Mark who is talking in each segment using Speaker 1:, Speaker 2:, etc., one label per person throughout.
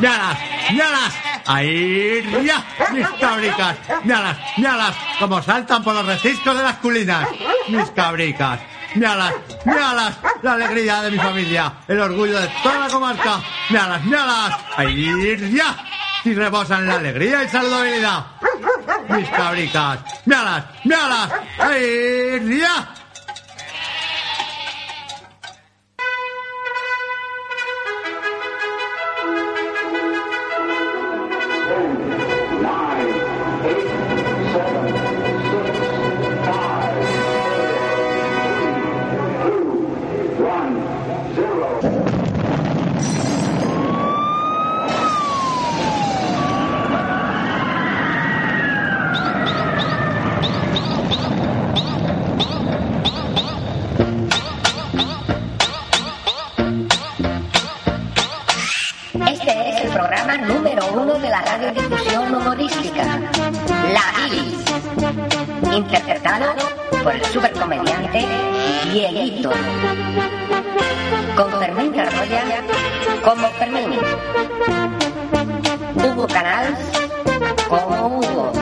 Speaker 1: ¡Ñalas! ¡Ñalas! ¡Ahí! ¡Ya! ¡Mis cabricas! ¡Ñalas! ¡Ñalas! ¡Como saltan por los reciscos de las culinas! ¡Mis cabricas! ¡Ñalas! ¡Ñalas! ¡La alegría de mi familia! ¡El orgullo de toda la comarca! ¡Ñalas! ¡Ñalas! ¡Ahí! ¡Ya! ¡Si rebosan la alegría y saludabilidad! ¡Mis cabricas! ¡Ñalas! ¡Ñalas! ¡Ahí! ¡Ya!
Speaker 2: Este por el supercomediante Dieguito. Con Fermín Carroya como Fermín. Hugo Canals como Hugo.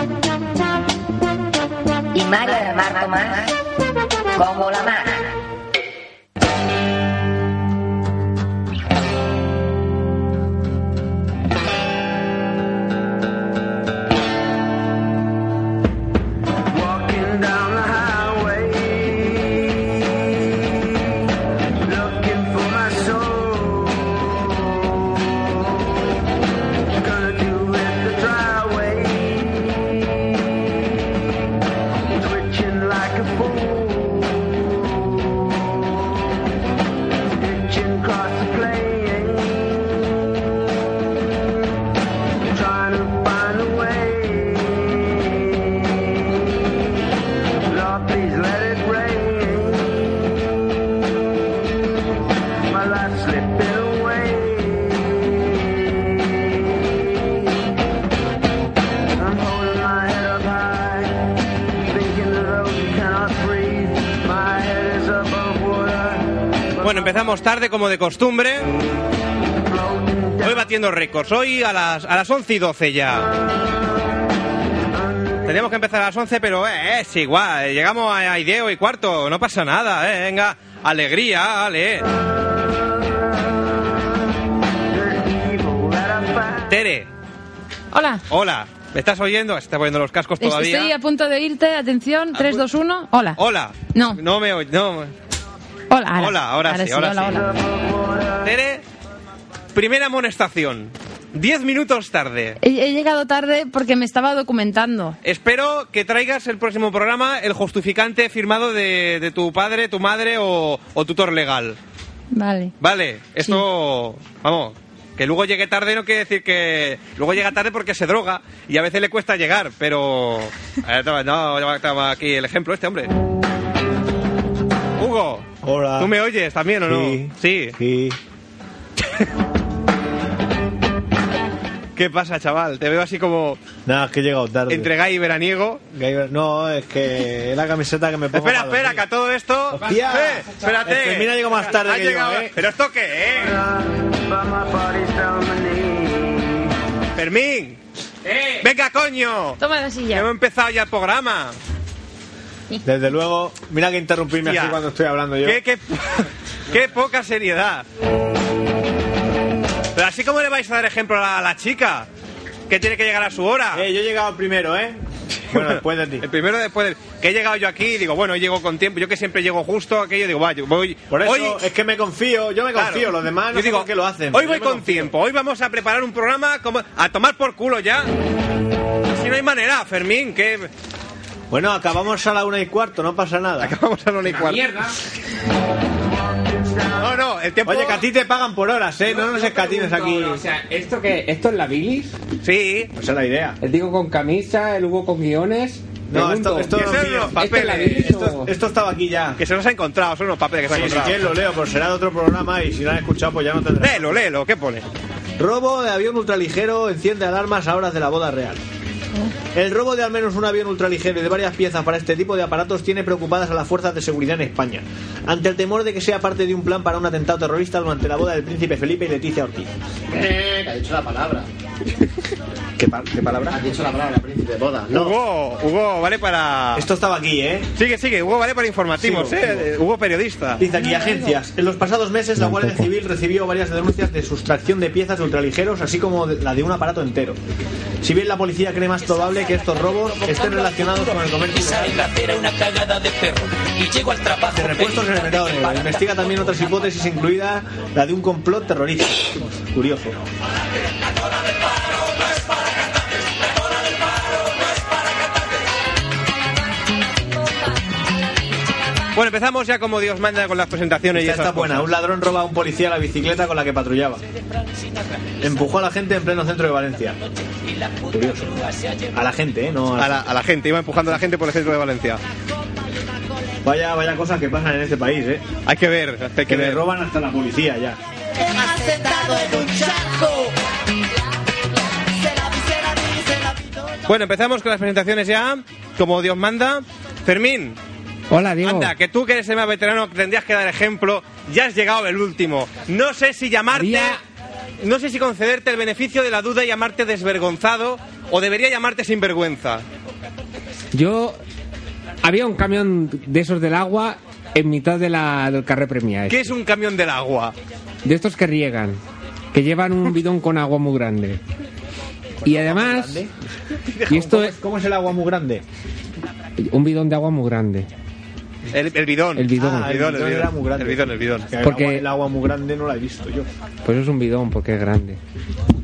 Speaker 2: Y María del Mar Tomás como la Mara.
Speaker 3: Bueno, empezamos tarde como de costumbre. Hoy batiendo récords, hoy a las, a las 11 y 12 ya. Teníamos que empezar a las 11, pero eh, es igual, llegamos a, a ideo y cuarto, no pasa nada, eh, venga, alegría, ale. Tere.
Speaker 4: Hola.
Speaker 3: Hola. ¿Me estás oyendo? ¿Estás poniendo los cascos todavía? Ah, pues-
Speaker 4: Estoy a punto de irte, atención, 3, 2, 1, hola.
Speaker 3: Hola.
Speaker 4: No.
Speaker 3: No me oyes, no.
Speaker 4: Hola, ahora,
Speaker 3: hola, ahora,
Speaker 4: ahora
Speaker 3: sí, ahora
Speaker 4: hola,
Speaker 3: sí.
Speaker 4: hola.
Speaker 3: Tere, primera amonestación. Diez minutos tarde.
Speaker 4: He, he llegado tarde porque me estaba documentando.
Speaker 3: Espero que traigas el próximo programa el justificante firmado de, de tu padre, tu madre o, o tutor legal.
Speaker 4: Vale.
Speaker 3: Vale, esto, vamos, que luego llegue tarde no quiere decir que luego llega tarde porque se droga y a veces le cuesta llegar, pero... Ahora estaba- No, ya estaba aquí el ejemplo este, hombre. Hugo,
Speaker 5: Hola.
Speaker 3: ¿tú me oyes también o no? Sí.
Speaker 5: Sí.
Speaker 3: ¿Qué pasa, chaval? Te veo así como
Speaker 5: Nada, es que he llegado tarde.
Speaker 3: entregá y veraniego.
Speaker 5: Gaiber- No, es que es la camiseta que me pongo.
Speaker 3: Espera,
Speaker 5: para
Speaker 3: espera, que
Speaker 5: dormir.
Speaker 3: a todo esto.
Speaker 5: Hostia.
Speaker 3: Eh, espérate.
Speaker 5: El Fermín ha llegado más tarde
Speaker 3: Ha
Speaker 5: que yo,
Speaker 3: llegado-
Speaker 5: ¿eh?
Speaker 3: ¿Pero esto qué es? Fermín. Venga, coño.
Speaker 4: Toma la
Speaker 3: Que
Speaker 4: silla.
Speaker 3: hemos empezado ya el programa.
Speaker 5: Desde luego, mira que interrumpirme
Speaker 3: Hostia.
Speaker 5: así cuando estoy hablando yo.
Speaker 3: Qué, qué- qué poca seriedad. Pero así como le vais a dar ejemplo a la, a la chica, que tiene que llegar a su hora.
Speaker 5: Eh, yo he llegado primero, ¿eh? Bueno, después de ti.
Speaker 3: El primero después del- Que he llegado yo aquí y digo, bueno, llego con tiempo. Yo que siempre llego justo, aquello digo, vaya, voy.
Speaker 5: Por eso
Speaker 3: hoy-
Speaker 5: es que me confío, yo me
Speaker 3: Claro.
Speaker 5: confío, los demás no
Speaker 3: Yo
Speaker 5: sé
Speaker 3: digo,
Speaker 5: por qué lo hacen.
Speaker 3: Hoy
Speaker 5: pero
Speaker 3: voy
Speaker 5: yo me
Speaker 3: con
Speaker 5: confío.
Speaker 3: tiempo, hoy vamos a preparar un programa como a tomar por culo ya. Si no hay manera, Fermín, que
Speaker 5: Bueno, acabamos a la una y cuarto, no pasa nada.
Speaker 3: acabamos a la igual. No, no, el tiempo.
Speaker 5: Oye, que a ti te pagan por horas, ¿eh? No, nos escatines aquí.
Speaker 6: O sea, ¿esto qué? ¿Esto es la bilis?
Speaker 3: Sí.
Speaker 5: Esa es la idea.
Speaker 6: El digo con camisa, el Hugo con guiones.
Speaker 5: No, esto,
Speaker 6: Pregunto,
Speaker 5: esto,
Speaker 3: ¿y
Speaker 5: no
Speaker 3: ese
Speaker 5: es
Speaker 3: es
Speaker 5: mío.
Speaker 3: los papeles?
Speaker 6: ¿esto es la bilis
Speaker 5: esto,
Speaker 6: o-
Speaker 5: esto estaba aquí ya.
Speaker 3: Que se los ha encontrado, son unos papeles que se ha
Speaker 5: Sí, si
Speaker 3: encontrado.
Speaker 5: quieres lo leo, pues será de otro programa y si lo han escuchado, pues ya no tendrás.
Speaker 3: léelo, léelo, ¿qué pone?
Speaker 5: Robo de avión ultraligero enciende alarmas a horas de la boda real. El robo de al menos un avión ultraligero y de varias piezas para este tipo de aparatos tiene preocupadas a las fuerzas de seguridad en España, ante el temor de que sea parte de un plan para un atentado terrorista durante la boda del príncipe Felipe y Leticia Ortiz.
Speaker 7: Eh, que ha dicho la palabra.
Speaker 5: ¿Qué, pa- qué palabra?
Speaker 7: Has dicho la palabra, príncipe, boda. No.
Speaker 3: Hugo, Hugo, vale para.
Speaker 5: Esto estaba aquí, ¿eh?
Speaker 3: Sigue, sigue, Hugo vale para informativos,
Speaker 5: Sigo,
Speaker 3: ¿eh? Hugo periodista.
Speaker 5: Dice aquí agencias. En los pasados meses la Guardia Civil recibió varias denuncias de sustracción de piezas de ultraligeros, así como de- la de un aparato entero. Si bien la policía cree más probable que estos robos estén relacionados con el comercio ilegal
Speaker 8: la acera una cagada de perro y llego al trabajo
Speaker 5: de repuestos en el mercado negro, investiga también otras hipótesis, incluida la de un complot terrorista. Curioso.
Speaker 3: Bueno, empezamos ya como Dios manda con las presentaciones y
Speaker 5: Esta
Speaker 3: esas
Speaker 5: está buena.
Speaker 3: cosas.
Speaker 5: Un ladrón roba a un policía la bicicleta con la que patrullaba. Empujó a la gente en pleno centro de Valencia. Curioso. A la gente, ¿eh? No a-
Speaker 3: A la, a la gente, iba empujando a la gente por el centro de Valencia.
Speaker 5: Vaya, vaya cosas que pasan en este país, ¿eh?
Speaker 3: Hay que ver, hay que
Speaker 5: Que le
Speaker 3: ver.
Speaker 5: roban hasta la policía ya.
Speaker 3: Bueno, empezamos con las presentaciones ya, como Dios manda. Fermín,
Speaker 6: Hola, Diego.
Speaker 3: anda, que tú que eres el más veterano tendrías que dar ejemplo. Ya has llegado el último. No sé si llamarte.
Speaker 6: Había-
Speaker 3: No sé si concederte el beneficio de la duda y llamarte desvergonzado o debería llamarte sinvergüenza.
Speaker 6: Yo. Había un camión de esos del agua en mitad de la, del carré premia.
Speaker 3: ¿Qué es un camión del agua?
Speaker 6: De estos que riegan. Que llevan un bidón con agua muy grande. Y además. Y esto es.
Speaker 5: ¿Cómo es el agua muy grande?
Speaker 6: Un bidón de agua muy grande.
Speaker 3: El, el bidón.
Speaker 6: El bidón.
Speaker 5: Ah,
Speaker 3: el bidón, el bidón.
Speaker 5: era muy grande.
Speaker 3: El bidón, el bidón.
Speaker 5: Que el
Speaker 6: Porque-
Speaker 5: agua- el agua muy grande no la he visto yo.
Speaker 6: Pues es un bidón porque es grande.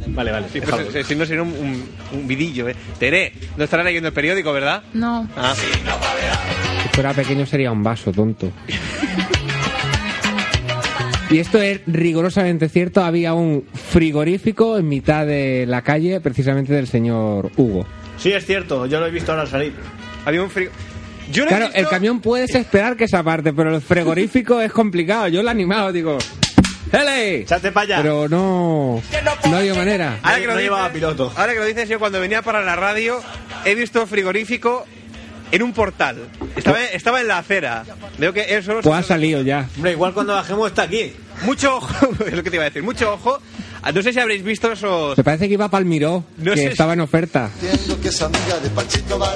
Speaker 5: Vale, vale.
Speaker 3: Sí,
Speaker 5: dejadlo.
Speaker 3: pues, si- si no sería un, un, un vidillo, ¿eh? Tere, no estará leyendo el periódico, ¿verdad?
Speaker 4: No.
Speaker 3: Ah.
Speaker 6: Si fuera pequeño sería un vaso, tonto. Y esto es rigorosamente cierto. Había un frigorífico en mitad de la calle, precisamente del señor Hugo.
Speaker 5: Sí, es cierto. Yo lo he visto ahora al salir.
Speaker 3: Había un frío. Yo no he
Speaker 6: Claro,
Speaker 3: visto-
Speaker 6: el camión puedes esperar que se aparte, pero el frigorífico es complicado. Yo lo he animado, digo. ¡Hele!
Speaker 5: Échate para allá.
Speaker 6: Pero no. No había manera.
Speaker 3: Ahora que, lo
Speaker 5: No
Speaker 3: dices,
Speaker 5: llevaba piloto.
Speaker 3: ahora que lo dices, yo cuando venía para la radio he visto un frigorífico en un portal. Estaba, estaba en la acera. Veo que él solo...
Speaker 6: Pues ha salido ya.
Speaker 5: Hombre, igual cuando bajemos está aquí.
Speaker 3: Mucho ojo, es lo que te iba a decir, mucho ojo. Ah, No sé si habréis visto esos...
Speaker 6: Me parece que iba para el Miró,
Speaker 3: No
Speaker 6: que
Speaker 3: sé si- Pues
Speaker 6: estaba en oferta.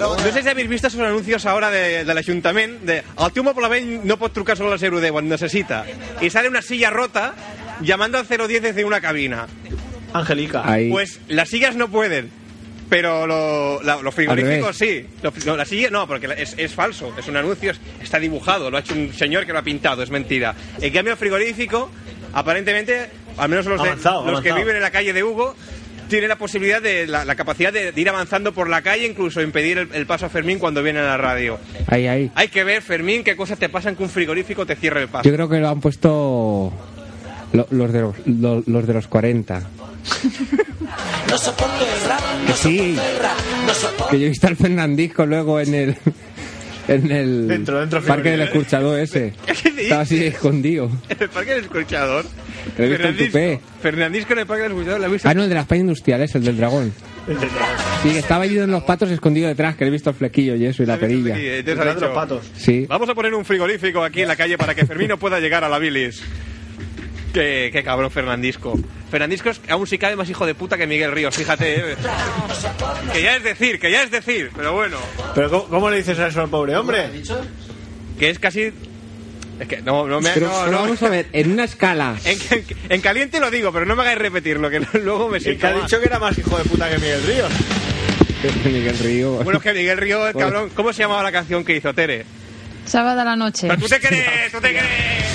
Speaker 3: No sé si habéis visto esos anuncios ahora de- del Ayuntamiento de "Ah, al teu poblament no pot trucar solo al 010 quan necessita. Y sale una silla rota llamando al 010 desde una cabina.
Speaker 5: Angélica.
Speaker 6: Ahí.
Speaker 3: Pues las sillas no pueden, pero lo- la- los frigoríficos sí. Lo- no, la silla no, porque la- es, es falso, es un anuncio, es- está dibujado, lo ha hecho un señor que lo ha pintado, es mentira. En cambio, el frigorífico, aparentemente, al menos los, de-
Speaker 5: Avanzado,
Speaker 3: los que
Speaker 5: avanzado.
Speaker 3: viven en la calle de Hugo, tienen la posibilidad de la, la capacidad de, de ir avanzando por la calle, incluso impedir el, el paso a Fermín cuando viene a la radio.
Speaker 6: Ahí, ahí.
Speaker 3: Hay que ver, Fermín, qué cosas te pasan que un frigorífico te cierre el paso.
Speaker 6: Yo creo que lo han puesto lo- los, de los, lo- los de los 40.
Speaker 8: No soporto el rap,
Speaker 6: Que sí, que yo he visto al Fernandisco luego en el. En el
Speaker 5: Dentro, dentro,
Speaker 6: parque del
Speaker 5: Fernando.
Speaker 6: escuchador ese. Estaba así escondido.
Speaker 3: En el Parque del Escuchador.
Speaker 6: Lo he visto en
Speaker 3: Fernandisco-
Speaker 6: tupé.
Speaker 3: Fernandisco en el Parque del Escuchador, ¿la has visto?
Speaker 6: Ah, no, el de la España Industrial es el del dragón. Sí, que estaba allí en los patos escondido detrás, que le he visto el flequillo y eso, y la perilla.
Speaker 3: Sí, entonces ha
Speaker 5: Detrás de
Speaker 3: dicho,
Speaker 5: los patos.
Speaker 6: Sí.
Speaker 3: eh. Vamos a poner un frigorífico aquí en la calle para que Fermino pueda llegar a la bilis. Qué, qué cabrón Fernandisco. Fernandisco es aún si cabe más hijo de puta que Miguel Ríos, fíjate. eh. Que ya es decir, que ya es decir, pero bueno.
Speaker 5: Pero ¿cómo, cómo le dices a eso al pobre hombre?
Speaker 3: Que es casi... Es que no, no me...
Speaker 6: Pero,
Speaker 3: no,
Speaker 6: pero
Speaker 3: no. Eh.
Speaker 6: vamos a ver, en una escala.
Speaker 3: En, en- en caliente lo digo, pero no me hagáis repetirlo, que luego me
Speaker 5: El que
Speaker 3: siento
Speaker 5: ha
Speaker 3: mal.
Speaker 5: dicho que era más hijo de puta que Miguel Ríos.
Speaker 6: Miguel Río.
Speaker 3: Bueno, es que Miguel Ríos, cabrón, ¿cómo se llamaba la canción que hizo Tere?
Speaker 4: Sábado a la noche.
Speaker 3: Pero tú te crees, tú te crees.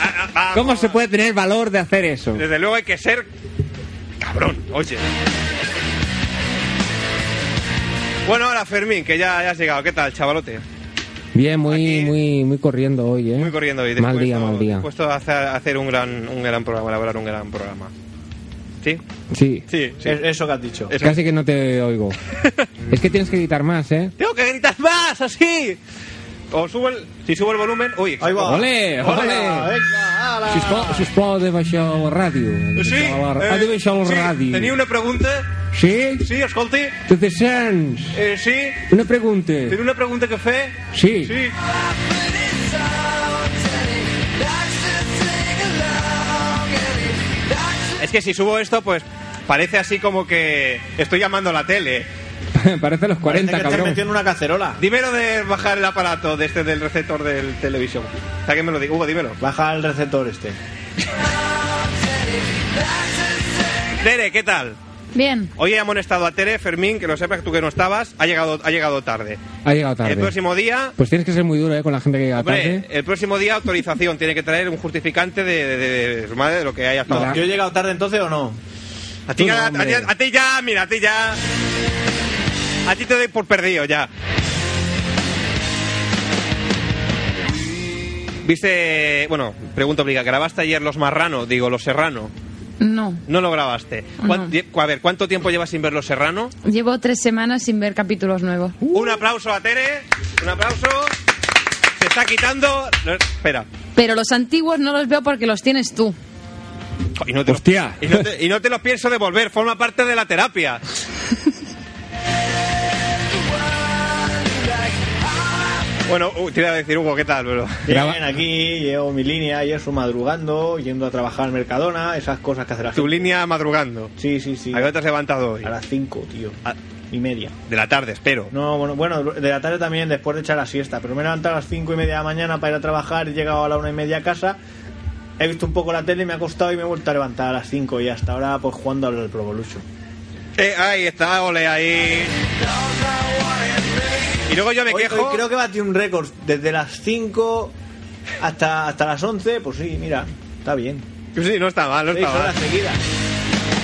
Speaker 3: Ah, ah, vamos.
Speaker 6: ¿Cómo se puede tener valor de hacer eso?
Speaker 3: Desde luego hay que ser cabrón, oye. Bueno, ahora Fermín, que ya, ya has llegado. ¿Qué tal, chavalote?
Speaker 6: Bien, muy,
Speaker 3: Aquí-
Speaker 6: muy, muy corriendo hoy, ¿eh?
Speaker 3: Muy corriendo hoy.
Speaker 6: Mal día,
Speaker 3: dispuesto-
Speaker 6: mal día.
Speaker 3: Dispuesto a hacer, a hacer un, gran, un gran programa, elaborar un gran programa. ¿Sí? Eh,
Speaker 6: Sí.
Speaker 3: Sí, sí.
Speaker 5: Es- Eso que has dicho.
Speaker 3: Eso.
Speaker 6: Casi que no te oigo. es que tienes que gritar más, ¿eh?
Speaker 3: ¡Tengo que gritar más, así! O subo el, si subo el volumen. Uy,
Speaker 5: Ahí va. eh.
Speaker 6: Ole, ole.
Speaker 5: Venga, venga, ala.
Speaker 6: Si us, plau, si us plau, de baixar la ràdio. De
Speaker 3: Sí, eh,
Speaker 6: baixar la, ha Ah, de baixar la
Speaker 3: sí,
Speaker 6: ràdio.
Speaker 3: tenia una pregunta.
Speaker 6: Sí?
Speaker 3: Sí, escolti.
Speaker 6: Que te sents?
Speaker 3: Eh, sí,
Speaker 6: Una pregunta.
Speaker 3: tenia una pregunta que fer.
Speaker 6: Sí.
Speaker 3: Sí. Es que si subo esto, pues parece así como que estoy llamando a la tele.
Speaker 6: Parece
Speaker 5: Parece
Speaker 6: los 40,
Speaker 5: que te
Speaker 6: cabrón.
Speaker 5: metió en una cacerola.
Speaker 3: Dímelo de bajar el aparato de este del receptor del televisión. Hasta que me lo diga. Hugo, dímelo.
Speaker 5: Baja el receptor este.
Speaker 3: Tere, ¿qué tal?
Speaker 4: Bien.
Speaker 3: Hoy he amonestado a Tere, Fermín, que lo sepas tú que no estabas, ha llegado, ha llegado tarde.
Speaker 6: Ha llegado tarde.
Speaker 3: El próximo día,
Speaker 6: Pues tienes que ser muy duro eh, con la gente que llega
Speaker 3: hombre,
Speaker 6: tarde.
Speaker 3: el próximo día autorización, tiene que traer un justificante de, de, de- de su madre de lo que haya estado.
Speaker 6: Hola.
Speaker 5: ¿Yo he llegado tarde entonces o no?
Speaker 3: A ti,
Speaker 6: Tú no,
Speaker 3: ya- a
Speaker 6: hombre.
Speaker 3: ti- a ti ya, mira, a ti ya. A ti te doy por perdido ya. Viste, bueno, pregunta obliga, ¿grabaste ayer Los Marranos? Digo, Los Serrano.
Speaker 4: No.
Speaker 3: No lo grabaste. ¿Cuán-
Speaker 4: No.
Speaker 3: die- A ver, ¿cuánto tiempo llevas sin ver Los Serrano?
Speaker 4: Llevo tres semanas sin ver capítulos nuevos.
Speaker 6: Uh.
Speaker 3: Un aplauso a Tere, un aplauso. Se está quitando. no, espera.
Speaker 4: Pero los antiguos no los veo porque los tienes tú.
Speaker 3: Y no te los-
Speaker 6: Hostia.
Speaker 3: y no te- y no te los pienso devolver, forma parte de la terapia. Bueno, uh, te iba a decir, Hugo, ¿qué tal, bro?
Speaker 6: Graba-
Speaker 5: Bien, aquí llevo mi línea ayer su madrugando, yendo a trabajar al Mercadona, esas cosas que hace la
Speaker 3: Tu
Speaker 5: gente.
Speaker 3: línea madrugando.
Speaker 5: Sí, sí, sí.
Speaker 3: ¿A qué hora te has levantado hoy?
Speaker 5: A las 5, tío.
Speaker 3: A-
Speaker 5: Y media.
Speaker 3: De la tarde, espero.
Speaker 5: No, bueno, bueno, de la tarde también, después de echar la siesta. Pero me he levantado a las 5 y media de la mañana para ir a trabajar, he llegado a la una y media a casa, he visto un poco la tele, me he acostado y me he vuelto a levantar a las 5 y hasta ahora pues jugando al Pro Evolution.
Speaker 3: Eh, ahí está, ole, ahí. Y luego yo me
Speaker 5: Hoy-
Speaker 3: quejo.
Speaker 5: hoy creo que batí un récord desde las 5 hasta, hasta las 11, pues sí, mira, está bien.
Speaker 3: Sí, no está mal, no
Speaker 5: Seis
Speaker 3: está mal.
Speaker 5: horas seguidas.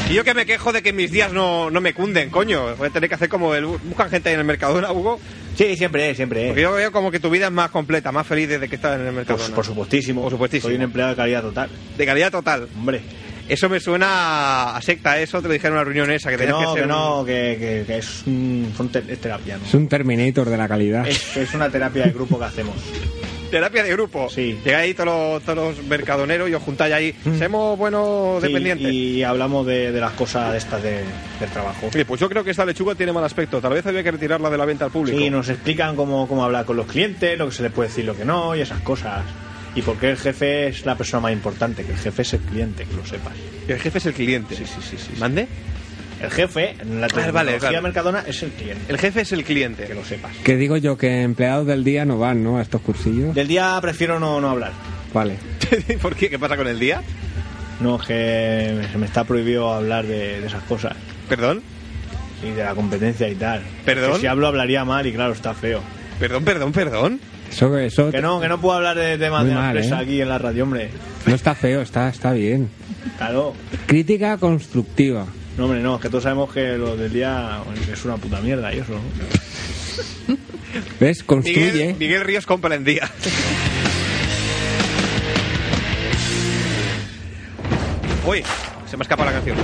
Speaker 3: Y yo que me quejo de que mis días no, no me cunden, coño. Voy a tener que hacer como el... Buscan gente ahí en el Mercadona, Hugo.
Speaker 5: Sí, siempre es, siempre
Speaker 3: Porque
Speaker 5: es.
Speaker 3: yo veo como que tu vida es más completa, más feliz desde que estás en el
Speaker 5: Por,
Speaker 3: Mercadona.
Speaker 5: por supuestísimo.
Speaker 3: Por supuestísimo.
Speaker 5: Soy un empleado de calidad total.
Speaker 3: De calidad total.
Speaker 5: Hombre.
Speaker 3: Eso me suena a secta, eso te lo dijeron en una reunión esa, que
Speaker 5: Que
Speaker 3: tenías
Speaker 5: no,
Speaker 3: que
Speaker 5: que,
Speaker 3: ser... un-
Speaker 5: no, que, que- que es, un, son te- es terapia, ¿no?
Speaker 6: Es un Terminator de la calidad.
Speaker 5: Es, es una terapia de grupo que hacemos.
Speaker 3: Terapia de grupo.
Speaker 5: Sí. Mm.
Speaker 3: Llegáis ahí todos los, todos los mercadoneros y os juntáis ahí. Seamos buenos
Speaker 5: Sí,
Speaker 3: dependientes.
Speaker 5: Y hablamos de, de las cosas de estas de- del trabajo.
Speaker 3: Oye, pues yo creo que esta lechuga tiene mal aspecto. Tal vez había que retirarla de la venta al público.
Speaker 5: Sí, nos explican cómo, cómo hablar con los clientes, lo que se les puede decir, lo que no, y esas cosas. Y por qué el jefe es la persona más importante, que el jefe es el cliente, que lo sepas.
Speaker 3: El jefe es el cliente.
Speaker 5: Sí, sí, sí, sí, sí.
Speaker 3: ¿Mande?
Speaker 5: El jefe, en
Speaker 3: Vale,
Speaker 5: la tecnología
Speaker 3: Ah, vale, claro.
Speaker 5: Mercadona, es el cliente,
Speaker 3: El jefe es el
Speaker 5: que
Speaker 3: cliente.
Speaker 5: lo sepas.
Speaker 6: Que digo yo que empleados del día no van, ¿no? A estos cursillos.
Speaker 5: Del día prefiero no, no hablar.
Speaker 6: Vale.
Speaker 3: ¿Por qué? ¿Qué pasa con el día?
Speaker 5: No, es que se me está prohibido hablar de, de esas cosas
Speaker 3: Perdón,
Speaker 5: y de la competencia y tal.
Speaker 3: ¿Perdón?
Speaker 5: Que si hablo hablaría mal y claro, está feo.
Speaker 3: perdón, perdón, perdón.
Speaker 6: Eso, eso
Speaker 5: Que no, que no puedo hablar de temas
Speaker 6: Muy
Speaker 5: de la
Speaker 6: mal,
Speaker 5: empresa
Speaker 6: ¿eh?
Speaker 5: aquí en la radio, hombre.
Speaker 6: no está feo, está, está bien.
Speaker 5: Claro.
Speaker 6: Crítica constructiva.
Speaker 5: No, hombre, no, es que todos sabemos que lo del día es una puta mierda y eso, ¿no?
Speaker 6: ¿Ves? Construye.
Speaker 3: Miguel, Miguel Ríos compra el día. Uy, se me ha escapado la canción.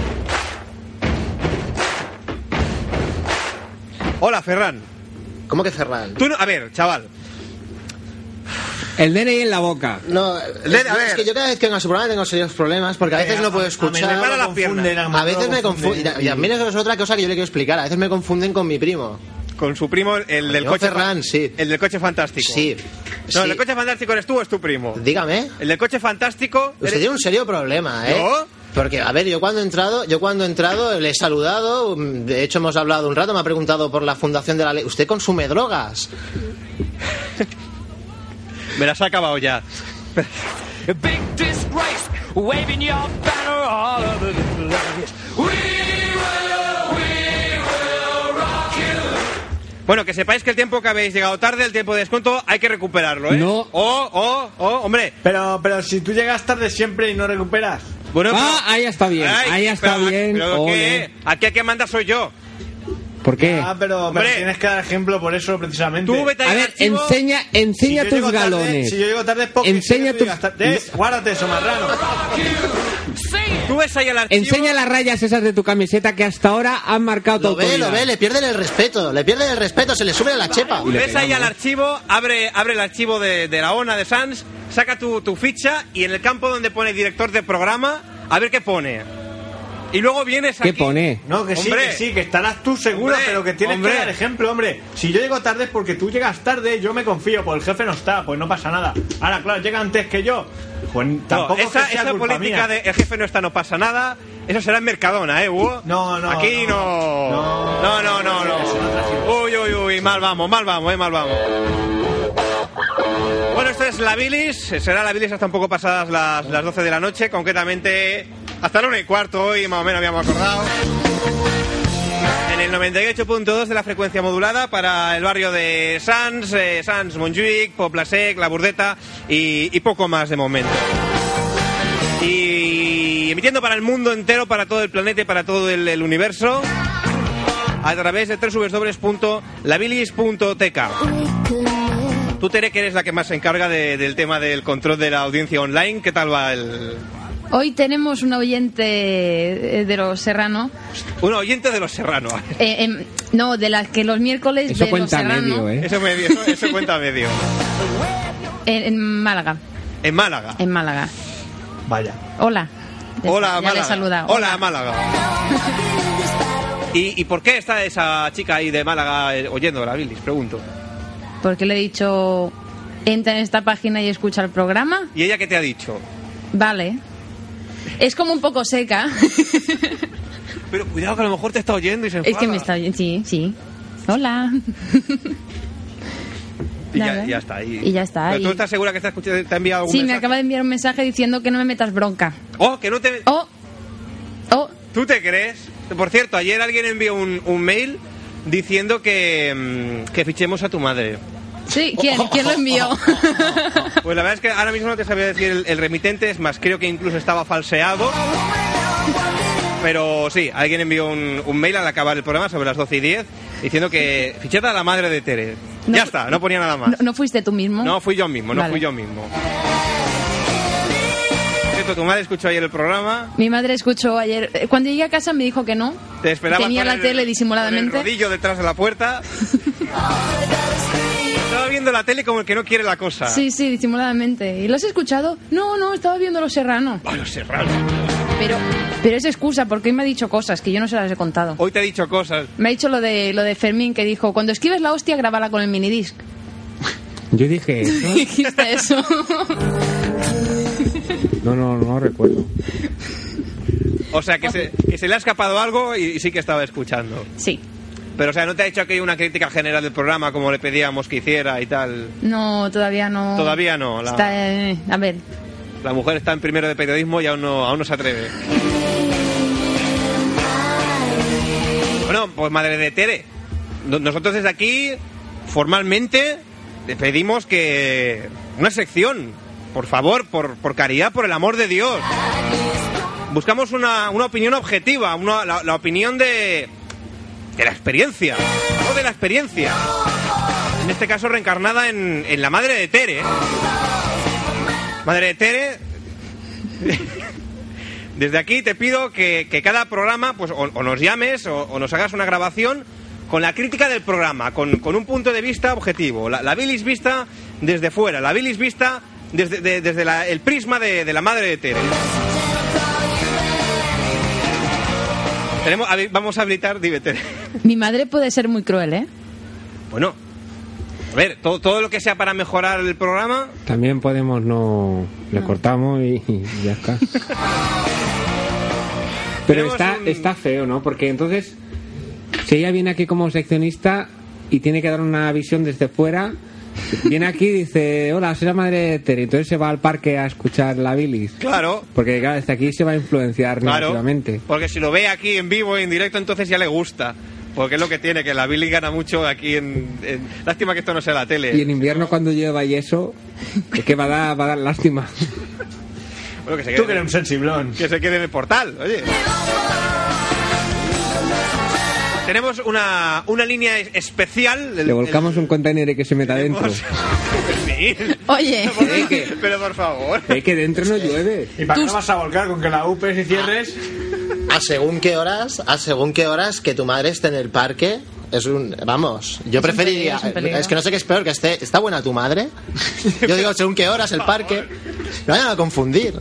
Speaker 3: Hola, Ferran.
Speaker 7: ¿Cómo que Ferran?
Speaker 3: Tú no- a ver, chaval.
Speaker 6: El DNI en la boca.
Speaker 7: No,
Speaker 3: Len,
Speaker 7: es,
Speaker 3: a ver.
Speaker 7: es que yo cada vez que vengo a su programa tengo serios problemas porque a veces no puedo
Speaker 5: A,
Speaker 7: escuchar.
Speaker 5: menudo
Speaker 3: las
Speaker 5: lo
Speaker 3: piernas.
Speaker 5: confunden,
Speaker 7: A
Speaker 5: menudo
Speaker 7: veces
Speaker 5: lo
Speaker 7: me confunden.
Speaker 5: confunden.
Speaker 7: Y también eso es otra cosa que yo le quiero explicar. A veces me confunden con mi primo.
Speaker 3: Con su primo, el del
Speaker 7: Yo
Speaker 3: coche.
Speaker 7: Ferran, sí.
Speaker 3: El del coche fantástico.
Speaker 7: Sí.
Speaker 3: No, el
Speaker 7: sí.
Speaker 3: del coche fantástico eres tú o es tu primo.
Speaker 7: Dígame.
Speaker 3: El del coche fantástico.
Speaker 7: Usted
Speaker 3: eres-
Speaker 7: tiene un serio problema, ¿eh?
Speaker 3: ¿Yo?
Speaker 7: Porque, a ver, yo cuando he entrado, yo cuando he entrado le he saludado, mm, de hecho hemos hablado un rato, me ha preguntado por la fundación de la ley. ¿Usted consume drogas?
Speaker 3: Me las ha acabado ya.
Speaker 8: Big disgrace, waving your banner all over the place. We will, we will rock you.
Speaker 3: Bueno, que sepáis que el tiempo que habéis llegado tarde, el tiempo de descuento, hay que recuperarlo, ¿eh?
Speaker 6: No.
Speaker 3: Oh, oh, oh, hombre.
Speaker 5: Pero, pero si tú llegas tarde siempre y no recuperas.
Speaker 3: Bueno,
Speaker 6: Ah,
Speaker 3: pero-
Speaker 6: ahí está bien, ahí está
Speaker 3: pero-
Speaker 6: bien,
Speaker 3: pero
Speaker 6: ole.
Speaker 3: ¿qué? Aquí el que manda soy yo.
Speaker 6: ¿Por qué?
Speaker 5: Ah, pero me
Speaker 3: Hombre.
Speaker 5: tienes que dar ejemplo por eso precisamente.
Speaker 3: Tú vete
Speaker 6: A
Speaker 3: al
Speaker 6: ver,
Speaker 3: archivo.
Speaker 6: enseña, enseña
Speaker 5: Si yo
Speaker 6: tus
Speaker 5: llego tarde-
Speaker 6: galones.
Speaker 5: si yo llego tarde es porque
Speaker 6: Enseña
Speaker 5: sé que tú
Speaker 6: tus-
Speaker 5: llegas tarde. Es- Guárdate eso, marrano.
Speaker 3: Tú ves ahí al archivo.
Speaker 6: Enseña las rayas esas de tu camiseta que hasta ahora han marcado tu
Speaker 7: Lo ve,
Speaker 6: autoridad.
Speaker 7: lo ve, le pierden el respeto, le pierden el respeto, se le sube a la chepa.
Speaker 3: Ves ahí
Speaker 6: ¿eh?
Speaker 3: al archivo, abre, abre el archivo de, de la ONA de Sans, saca tu, tu ficha y en el campo donde pone director de programa, a ver qué pone. Y luego vienes
Speaker 6: ¿Qué
Speaker 3: aquí.
Speaker 6: pone?
Speaker 5: No, que sí,
Speaker 3: Hombre.
Speaker 5: que sí, que estarás tú seguro,
Speaker 3: Hombre,
Speaker 5: pero que tienes
Speaker 3: hombre.
Speaker 5: que dar ejemplo, hombre. Si yo llego tarde es porque tú llegas tarde, yo me confío, pues el jefe no está, pues no pasa nada. Ahora, claro, llega antes que yo. Pues
Speaker 3: No,
Speaker 5: tampoco es
Speaker 3: esa,
Speaker 5: que sea
Speaker 3: esa
Speaker 5: culpa
Speaker 3: política
Speaker 5: mía.
Speaker 3: de el jefe no está, no pasa nada, eso será en Mercadona, ¿eh, Hugo?
Speaker 5: No, no,
Speaker 3: Aquí no.
Speaker 5: no.
Speaker 3: No, no, no, no. Uy, uy, uy, mal vamos, mal vamos, eh, mal vamos. Bueno, esto es la bilis, será la bilis hasta un poco pasadas las, las 12 de la noche, concretamente hasta la 1 y cuarto hoy, más o menos habíamos acordado. En el 98.2 de la frecuencia modulada para el barrio de Sans, eh, Sans Montjuic, Poplasec, La Burdeta y- y poco más de momento y emitiendo para el mundo entero, para todo el planeta y para todo el, el universo a través de www.labilis.tk. Tú, Tere, que eres la que más se encarga de- del tema del control de la audiencia online, ¿qué tal va el...?
Speaker 4: Hoy tenemos un oyente eh, de los Serrano.
Speaker 3: Un oyente de los serranos.
Speaker 4: Eh, em, no, de las que los miércoles
Speaker 6: Eso
Speaker 4: de los
Speaker 6: cuenta
Speaker 4: Serrano
Speaker 6: medio, ¿eh?
Speaker 3: Eso, medio, eso, eso cuenta medio.
Speaker 4: en, en Málaga.
Speaker 3: En Málaga.
Speaker 4: En Málaga.
Speaker 5: Vaya.
Speaker 4: Hola. Ya-
Speaker 3: Hola,
Speaker 4: ya
Speaker 3: Málaga.
Speaker 4: le saluda.
Speaker 3: Hola, Málaga. ¿Y, y por qué está esa chica ahí de Málaga eh, oyendo la bilis? Pregunto.
Speaker 4: Porque le he dicho, entra en esta página y escucha el programa.
Speaker 3: ¿Y ella qué te ha dicho?
Speaker 4: Vale. Es como un poco seca.
Speaker 3: Pero cuidado que a lo mejor te está oyendo y se enfada.
Speaker 4: es que me está oyendo. Sí, sí. Hola.
Speaker 3: Y ya,
Speaker 4: Nada.
Speaker 3: ya está. Y,
Speaker 4: Y ya está,
Speaker 3: Pero tú
Speaker 4: y-
Speaker 3: estás segura que está escuchando, te ha enviado algún
Speaker 4: Sí, me
Speaker 3: mensaje?
Speaker 4: acaba de enviar un mensaje diciendo que no me metas bronca.
Speaker 3: Oh, que no te...
Speaker 4: Oh, oh,
Speaker 3: ¿Tú te crees? Por cierto, ayer alguien envió un, un mail diciendo que, mm, que fichemos a tu madre.
Speaker 4: sí, ¿quién,
Speaker 3: Oh,
Speaker 4: ¿quién lo envió?
Speaker 3: Pues la verdad es que ahora mismo no te sabía decir el, el remitente, es más, creo que incluso estaba falseado. Pero sí, alguien envió un, un mail al acabar el programa sobre las 12 y 10 diciendo que fichad a la madre de Tere.
Speaker 4: No-
Speaker 3: ya está, no ponía nada oh, más.
Speaker 4: ¿No, no fuiste tú mismo?
Speaker 3: No, fui yo mismo, no
Speaker 4: Vale.
Speaker 3: fui yo mismo. Cierto, tu madre escuchó ayer el programa.
Speaker 4: Mi madre escuchó ayer. eh, Cuando llegué a casa me dijo que no.
Speaker 3: Te esperaba
Speaker 4: Tenía
Speaker 3: con
Speaker 4: la
Speaker 3: el-
Speaker 4: tele
Speaker 3: con El
Speaker 4: disimuladamente.
Speaker 3: rodillo detrás de la puerta. Estaba viendo la tele como el que no quiere la cosa.
Speaker 4: Sí, sí, disimuladamente. ¿Y lo has escuchado? No, no, estaba viendo Los Serrano.
Speaker 3: Bueno, Serrano.
Speaker 4: Pero, pero es excusa porque hoy me ha dicho cosas que yo no se las he contado.
Speaker 3: Hoy te he dicho cosas.
Speaker 4: Me ha dicho lo de, lo de Fermín que dijo, cuando escribes la hostia, grábala con el minidisc.
Speaker 6: Yo dije eso.
Speaker 4: Dijiste eso.
Speaker 6: No, no, no recuerdo.
Speaker 3: O sea, que se, que se le ha escapado algo y, y sí que estaba escuchando.
Speaker 4: sí.
Speaker 3: Pero, o sea, no te ha hecho aquí una crítica general del programa como le pedíamos que hiciera y tal.
Speaker 4: No, todavía no.
Speaker 3: Todavía no, la-
Speaker 4: Está, eh, a ver,
Speaker 3: La mujer está en primero de periodismo y aún no, aún no se atreve. Bueno, pues madre de Tere, no- nosotros desde aquí, formalmente, le pedimos que una sección, por favor, por, por caridad, por el amor de Dios. Buscamos una, una opinión objetiva, una- la, la opinión de, de la experiencia, o de la experiencia. En este caso reencarnada en, en la madre de Tere. ¿eh? Madre de Tere, desde aquí te pido que, que cada programa pues, o, o nos llames o, o nos hagas una grabación con la crítica del programa, con, con un punto de vista objetivo. La, la bilis vista desde fuera, la bilis vista desde, de- desde la- el prisma de, de la madre de Tere. Tenemos, habi- vamos a habilitar, dime, Tere.
Speaker 4: mi madre puede ser muy cruel, ¿eh?
Speaker 3: Bueno, a ver, todo, todo lo que sea para mejorar el programa,
Speaker 6: También podemos no... Le cortamos y, y ya está. Pero
Speaker 3: Tenemos
Speaker 6: está,
Speaker 3: un-
Speaker 6: está feo, ¿no? Porque entonces, si ella viene aquí como seccionista y tiene que dar una visión desde fuera, viene aquí y dice, hola, soy la madre de Tere. Entonces se va al parque a escuchar la bilis.
Speaker 3: claro,
Speaker 6: Porque claro, desde aquí se va a influenciar
Speaker 3: Claro,
Speaker 6: negativamente.
Speaker 3: porque si lo ve aquí en vivo, en directo, entonces ya le gusta. Porque es lo que tiene, que la Billy gana mucho aquí en... en- Lástima que esto no sea la
Speaker 6: Y en
Speaker 3: tele.
Speaker 6: invierno cuando lleva y eso, es que va a dar, va a dar lástima.
Speaker 3: Bueno, que, se
Speaker 5: Tú que
Speaker 3: quede,
Speaker 5: eres un sensiblón.
Speaker 3: que se quede en el portal, oye. tenemos una, una línea es- especial.
Speaker 6: Le volcamos un container y que se meta dentro.
Speaker 3: Tenemos- Sí.
Speaker 4: Oye,
Speaker 6: Sí, que-
Speaker 3: Pero por favor.
Speaker 6: Es que dentro no llueve.
Speaker 5: ¿Y para qué la vas a volcar con que la upes y cierres?
Speaker 7: A según qué horas, a según qué horas que tu madre esté en el parque. Es un. Vamos, yo
Speaker 4: un
Speaker 7: preferiría.
Speaker 4: peligro, es un peligro.
Speaker 7: es que no sé qué es peor, que esté. ¿Está buena tu madre? Yo digo, según qué horas el parque. No vayan a confundir.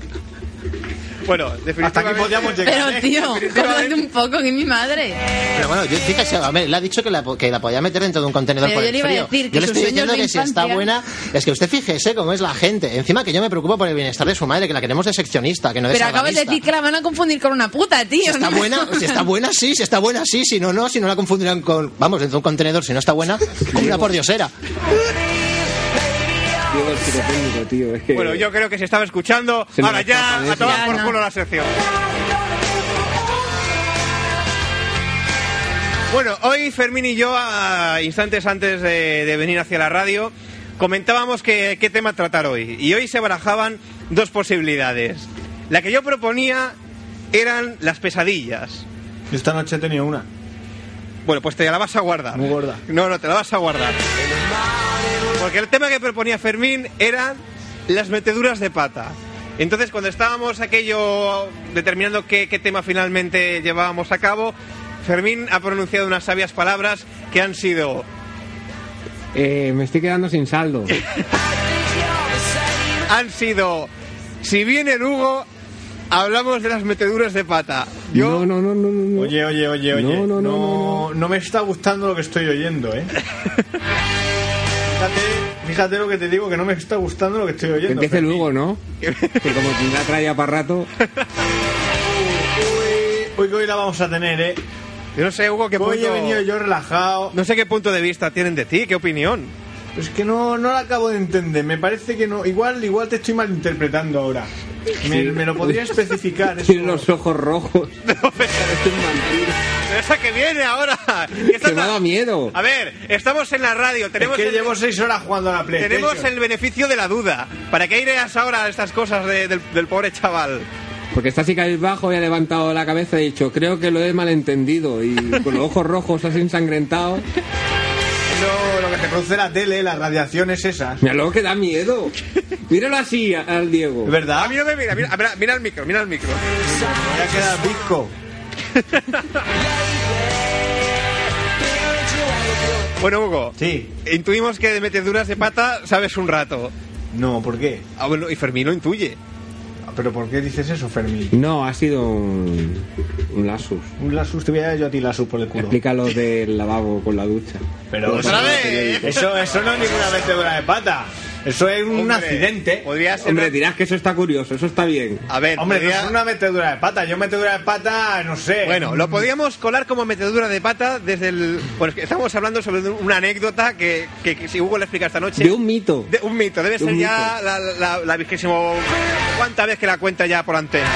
Speaker 3: Bueno, definitivamente.
Speaker 5: Hasta aquí podíamos llegar. ¿eh?
Speaker 4: pero tío, cómprate un poco, que es mi madre.
Speaker 7: Pero bueno, yo, fíjese, a ver, le ha dicho que la, po- que la podía meter dentro de un contenedor
Speaker 4: Pero
Speaker 7: por
Speaker 4: yo
Speaker 7: el
Speaker 4: le iba a
Speaker 7: frío.
Speaker 4: decir que
Speaker 7: yo le
Speaker 4: sus
Speaker 7: estoy diciendo que
Speaker 4: sueños de
Speaker 7: si está
Speaker 4: infancia-
Speaker 7: buena, es que usted fíjese cómo es la gente. Encima que yo me preocupo por el bienestar de su madre, que la queremos de seccionista, que no de
Speaker 4: Pero acabas de
Speaker 7: salvamista.
Speaker 4: decir que la van a confundir con una puta, tío.
Speaker 7: si está
Speaker 4: no me
Speaker 7: buena,
Speaker 4: jodas.
Speaker 7: si está buena sí, si está buena sí, si no no, si no la confundirán con, vamos, dentro de un contenedor, si no está buena, con una pordiosera.
Speaker 6: Diego el psicotécnico, tío. Es que...
Speaker 3: Bueno, yo creo que se estaba escuchando.
Speaker 6: Se nos
Speaker 3: Ahora
Speaker 6: escapa,
Speaker 3: ya,
Speaker 6: ¿eh?
Speaker 3: a tomar
Speaker 4: Ya,
Speaker 3: por
Speaker 4: no.
Speaker 3: culo la sección. Bueno, hoy Fermín y yo, a instantes antes de, de venir hacia la radio, comentábamos que- qué tema tratar hoy. Y hoy se barajaban dos posibilidades. La que yo proponía eran las pesadillas.
Speaker 5: Yo Esta noche he tenido una.
Speaker 3: Bueno, pues te la vas a guardar.
Speaker 5: Muy gorda.
Speaker 3: No, no, te la vas a guardar. Porque el tema que proponía Fermín eran las meteduras de pata. Entonces, cuando estábamos aquello determinando qué, qué tema finalmente llevábamos a cabo, Fermín ha pronunciado unas sabias palabras que han sido
Speaker 6: Eh, me estoy quedando sin saldo.
Speaker 3: han sido si viene el Hugo hablamos de las meteduras de pata. Yo
Speaker 6: No, no, no, no, no, no.
Speaker 5: Oye, oye, oye, oye.
Speaker 6: No, no, no, no,
Speaker 5: no me está gustando lo que estoy oyendo, ¿eh? fíjate, fíjate lo que te digo, que no me está gustando lo que estoy
Speaker 6: Que
Speaker 5: oyendo.
Speaker 6: empiece
Speaker 5: Fermín.
Speaker 6: luego, ¿no? Que como tendrá traya para rato.
Speaker 5: Hoy que hoy la vamos a tener, ¿eh?
Speaker 3: yo no sé Hugo qué
Speaker 5: Hoy he
Speaker 3: punto-
Speaker 5: venido yo relajado.
Speaker 3: no sé qué punto de vista tienen de ti, qué opinión.
Speaker 5: Es que no, no la acabo de entender. Me parece que no. Igual, igual te estoy malinterpretando ahora. Me, me lo podría especificar. Es
Speaker 6: Tiene
Speaker 5: como-
Speaker 6: los ojos rojos.
Speaker 3: Pero esa que viene ahora. Esta
Speaker 6: Que me
Speaker 3: ta-
Speaker 6: ha dado miedo.
Speaker 3: A ver, estamos en la radio,
Speaker 5: Es
Speaker 3: tenemos,
Speaker 5: que
Speaker 3: el,
Speaker 5: llevo seis horas jugando a la PlayStation.
Speaker 3: tenemos el beneficio de la duda. ¿Para qué ideas ahora a estas cosas de- del, del pobre chaval?
Speaker 6: Porque está así cabizbajo y ha levantado la cabeza y ha dicho, creo que lo he malentendido. Y con los ojos rojos has ensangrentado.
Speaker 5: Lo, lo que te produce la tele, las radiaciones esas.
Speaker 6: Mira, luego que da miedo. Míralo así a- al Diego.
Speaker 5: ¿Verdad?
Speaker 3: A mí no me mira, mira, mira, mira el micro, mira el micro.
Speaker 5: Voy a quedar bizco.
Speaker 3: Bueno, Hugo,
Speaker 5: Sí.
Speaker 3: intuimos que de meteduras de pata sabes un rato.
Speaker 5: No, ¿por qué?
Speaker 3: Ah, bueno, y Fermín lo intuye.
Speaker 5: ¿Pero por qué dices eso, Fermín?
Speaker 6: No, ha sido un, un lasus.
Speaker 5: Un lasus, te voy a dar yo a ti lasus por el culo.
Speaker 6: Explica lo del lavabo con la ducha.
Speaker 5: Pero
Speaker 3: ¡Otra vez!
Speaker 5: Eso, eso no es ninguna metedura de pata. Eso es un
Speaker 3: Hombre,
Speaker 5: accidente.
Speaker 3: Podría ser.
Speaker 6: Hombre, dirás que eso está curioso, eso está bien.
Speaker 3: a ver,
Speaker 5: Hombre, no
Speaker 3: podría-
Speaker 5: es una metedura de pata. Yo metedura de pata, no sé.
Speaker 3: Bueno, lo podíamos colar como metedura de pata desde el. Bueno, es que estamos hablando sobre una anécdota que, que- que si Hugo le explica esta noche.
Speaker 6: De un mito.
Speaker 3: De- un mito, debe
Speaker 6: De un
Speaker 3: ser ya la, la, la vigésimo. ¿Cuánta vez que la cuenta ya por antena?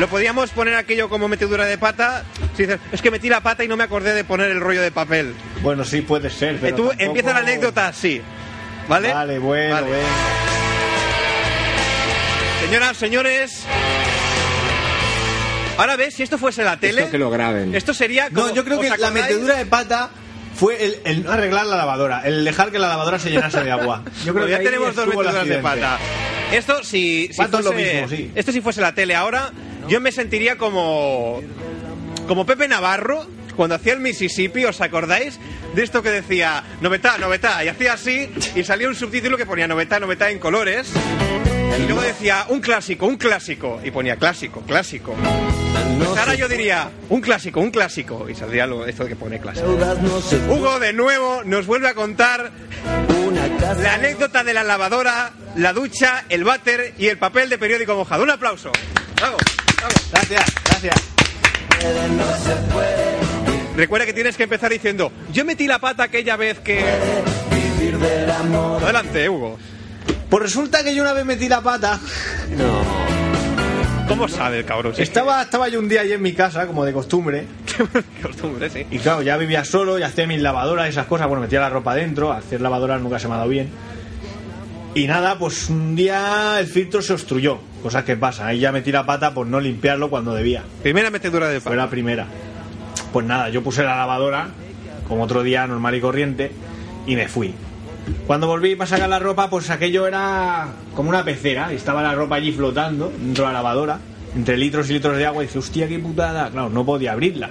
Speaker 3: Lo podíamos poner aquello como metedura de pata. Si dices, es que metí la pata y no me acordé de poner el rollo de papel.
Speaker 5: Bueno, sí puede ser,
Speaker 3: Eh,
Speaker 5: pero
Speaker 3: tú
Speaker 5: tampoco-
Speaker 3: empieza la anécdota así. ¿Vale?
Speaker 5: Vale, bueno,
Speaker 3: Vale.
Speaker 5: venga.
Speaker 3: Señoras, señores. Ahora ves, si esto fuese la tele.
Speaker 6: Esto que lo graben.
Speaker 3: esto sería como.
Speaker 5: No, yo creo
Speaker 3: Ah, ¿os
Speaker 5: que la
Speaker 3: acordáis?
Speaker 5: metedura de pata fue el, el no arreglar la lavadora, el dejar que la lavadora se llenase de agua. Yo creo
Speaker 3: Bueno,
Speaker 5: que
Speaker 3: ya
Speaker 5: ahí
Speaker 3: tenemos dos
Speaker 5: estuvo el
Speaker 3: meteduras de
Speaker 5: accidente.
Speaker 3: pata. Esto si, si
Speaker 5: Pato es lo
Speaker 3: fuese-
Speaker 5: mismo, sí.
Speaker 3: esto si fuese la tele ahora, yo me sentiría como como Pepe Navarro cuando hacía el Mississippi, ¿os acordáis? De esto que decía novetá, novetá, y hacía así y salía un subtítulo que ponía novetá, novetá en colores. Y luego decía un clásico, un clásico y ponía clásico, clásico. Pues ahora yo diría un clásico, un clásico y saldría lo- esto que pone clásico. Hugo de nuevo nos vuelve a contar la anécdota de la lavadora, la ducha, el váter y el papel de periódico mojado. Un aplauso. Bravo, bravo.
Speaker 5: Gracias, gracias.
Speaker 3: Recuerda que tienes que empezar diciendo, yo metí la pata aquella vez que... Adelante, Hugo.
Speaker 5: Pues resulta que yo una vez metí la pata.
Speaker 3: ¿Cómo sabe el cabrón? Si es que-
Speaker 5: Estaba, estaba yo un día allí en mi casa, como de costumbre.
Speaker 3: Qué costumbre, sí.
Speaker 5: Y claro, ya vivía solo, ya hacía mis lavadoras y esas cosas. Bueno, metía la ropa dentro, hacer lavadoras nunca se me ha dado bien. Y nada, pues un día el filtro se obstruyó, cosas que pasan. Ahí ya metí la pata por no limpiarlo cuando debía.
Speaker 3: Primera metedura de
Speaker 5: Fue
Speaker 3: pata.
Speaker 5: la primera. Pues nada, yo puse la lavadora, como otro día normal y corriente, y me fui. Cuando volví para sacar la ropa, pues aquello era como una pecera, y estaba la ropa allí flotando dentro de la lavadora, entre litros y litros de agua, y dije, hostia, qué putada. Claro, no podía abrirla.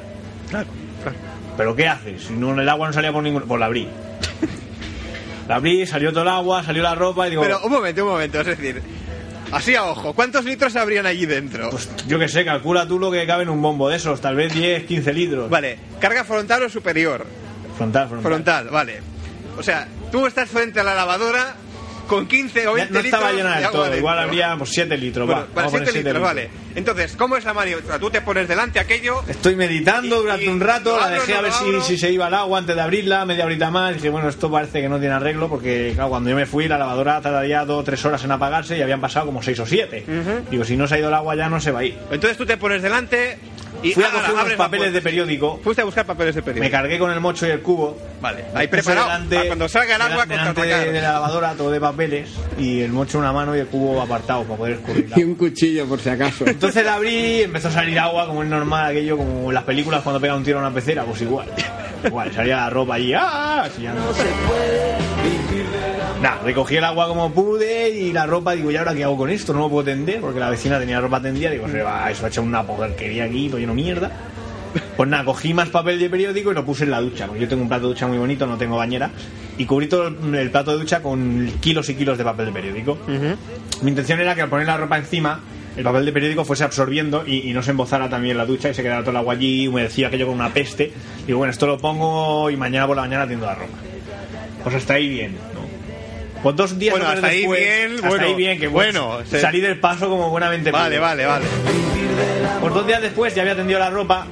Speaker 3: Claro, claro.
Speaker 5: ¿Pero qué haces? Si no, el agua no salía por ningún... Pues la abrí. La abrí, salió todo el agua, salió la ropa y digo...
Speaker 3: Pero un momento, un momento, es decir, así a ojo, ¿cuántos litros habrían allí dentro?
Speaker 5: Pues yo qué sé, calcula tú lo que cabe en un bombo de esos, tal vez 10, 15 litros.
Speaker 3: Vale, carga frontal o superior.
Speaker 5: Frontal, frontal.
Speaker 3: Frontal, vale. O sea, tú estás frente a la lavadora con 15 o
Speaker 5: Ya
Speaker 3: 20
Speaker 5: no estaba
Speaker 3: litros
Speaker 5: llena
Speaker 3: de
Speaker 5: del
Speaker 3: agua
Speaker 5: todo,
Speaker 3: dentro.
Speaker 5: igual habría pues, 7 litros.
Speaker 3: Bueno,
Speaker 5: va,
Speaker 3: para
Speaker 5: vamos a
Speaker 3: 7
Speaker 5: poner
Speaker 3: litros,
Speaker 5: siete
Speaker 3: vale. Entonces, ¿cómo es la maniobra? Tú te pones delante aquello,
Speaker 5: Estoy meditando
Speaker 3: Y-
Speaker 5: durante
Speaker 3: y
Speaker 5: un rato,
Speaker 3: lo
Speaker 5: la
Speaker 3: abro,
Speaker 5: dejé
Speaker 3: no
Speaker 5: a ver
Speaker 3: lo
Speaker 5: si,
Speaker 3: abro.
Speaker 5: si se iba el agua antes de abrirla, media horita más. Y dije, bueno, esto parece que no tiene arreglo porque, claro, cuando yo me fui, la lavadora tardaría 2 o 3 horas en apagarse y habían pasado como 6 o 7. Digo, si no se ha ido el agua ya no se va a ir.
Speaker 3: entonces tú te pones delante y
Speaker 5: Fui a
Speaker 3: ala,
Speaker 5: coger unos
Speaker 3: abres la
Speaker 5: papeles de
Speaker 3: puerta.
Speaker 5: periódico,
Speaker 3: Fuiste a buscar papeles de periódico.
Speaker 5: me cargué con el mocho y el cubo.
Speaker 3: Vale,
Speaker 5: Me
Speaker 3: ahí
Speaker 5: puse
Speaker 3: preparado.
Speaker 5: delante-
Speaker 3: para cuando salga el agua,
Speaker 5: delante
Speaker 3: contraatacar.
Speaker 5: de, de la lavadora, todo de papeles y el mocho en una mano y el cubo apartado para poder escurrir.
Speaker 6: Y un cuchillo, por si acaso.
Speaker 5: Entonces la abrí y empezó a salir agua, como es normal aquello, como en las películas cuando pega un tiro a una pecera, pues igual. Igual, salía la ropa allí, ¡ah! Así ya no. Nada, recogí el agua como pude y la ropa, digo, ¿y ahora qué hago con esto? No lo puedo tender, porque la vecina tenía ropa tendida, digo, se va, eso ha hecho una porquería aquí, todo lleno de mierda. Pues nada, cogí más papel de periódico y lo puse en la ducha. porque Yo tengo un plato de ducha muy bonito, no tengo bañera. Y cubrí todo el el plato de ducha con kilos y kilos de papel de periódico. Mi intención era que al poner la ropa encima, el papel de periódico fuese absorbiendo y, y no se embozara también la ducha y se quedara todo el agua allí, humedecía aquello con una peste. Digo, bueno, esto lo pongo y mañana por la mañana tiendo la ropa. Pues hasta ahí bien, ¿no? Pues dos días
Speaker 3: Bueno,
Speaker 5: o tres
Speaker 3: hasta ahí
Speaker 5: después,
Speaker 3: bien,
Speaker 5: hasta
Speaker 3: bueno,
Speaker 5: ahí bien, que pues
Speaker 3: bueno, se-
Speaker 5: salí del paso como buenamente
Speaker 3: Vale,
Speaker 5: pude.
Speaker 3: vale, vale.
Speaker 5: Pues dos días después ya había tendido la ropa,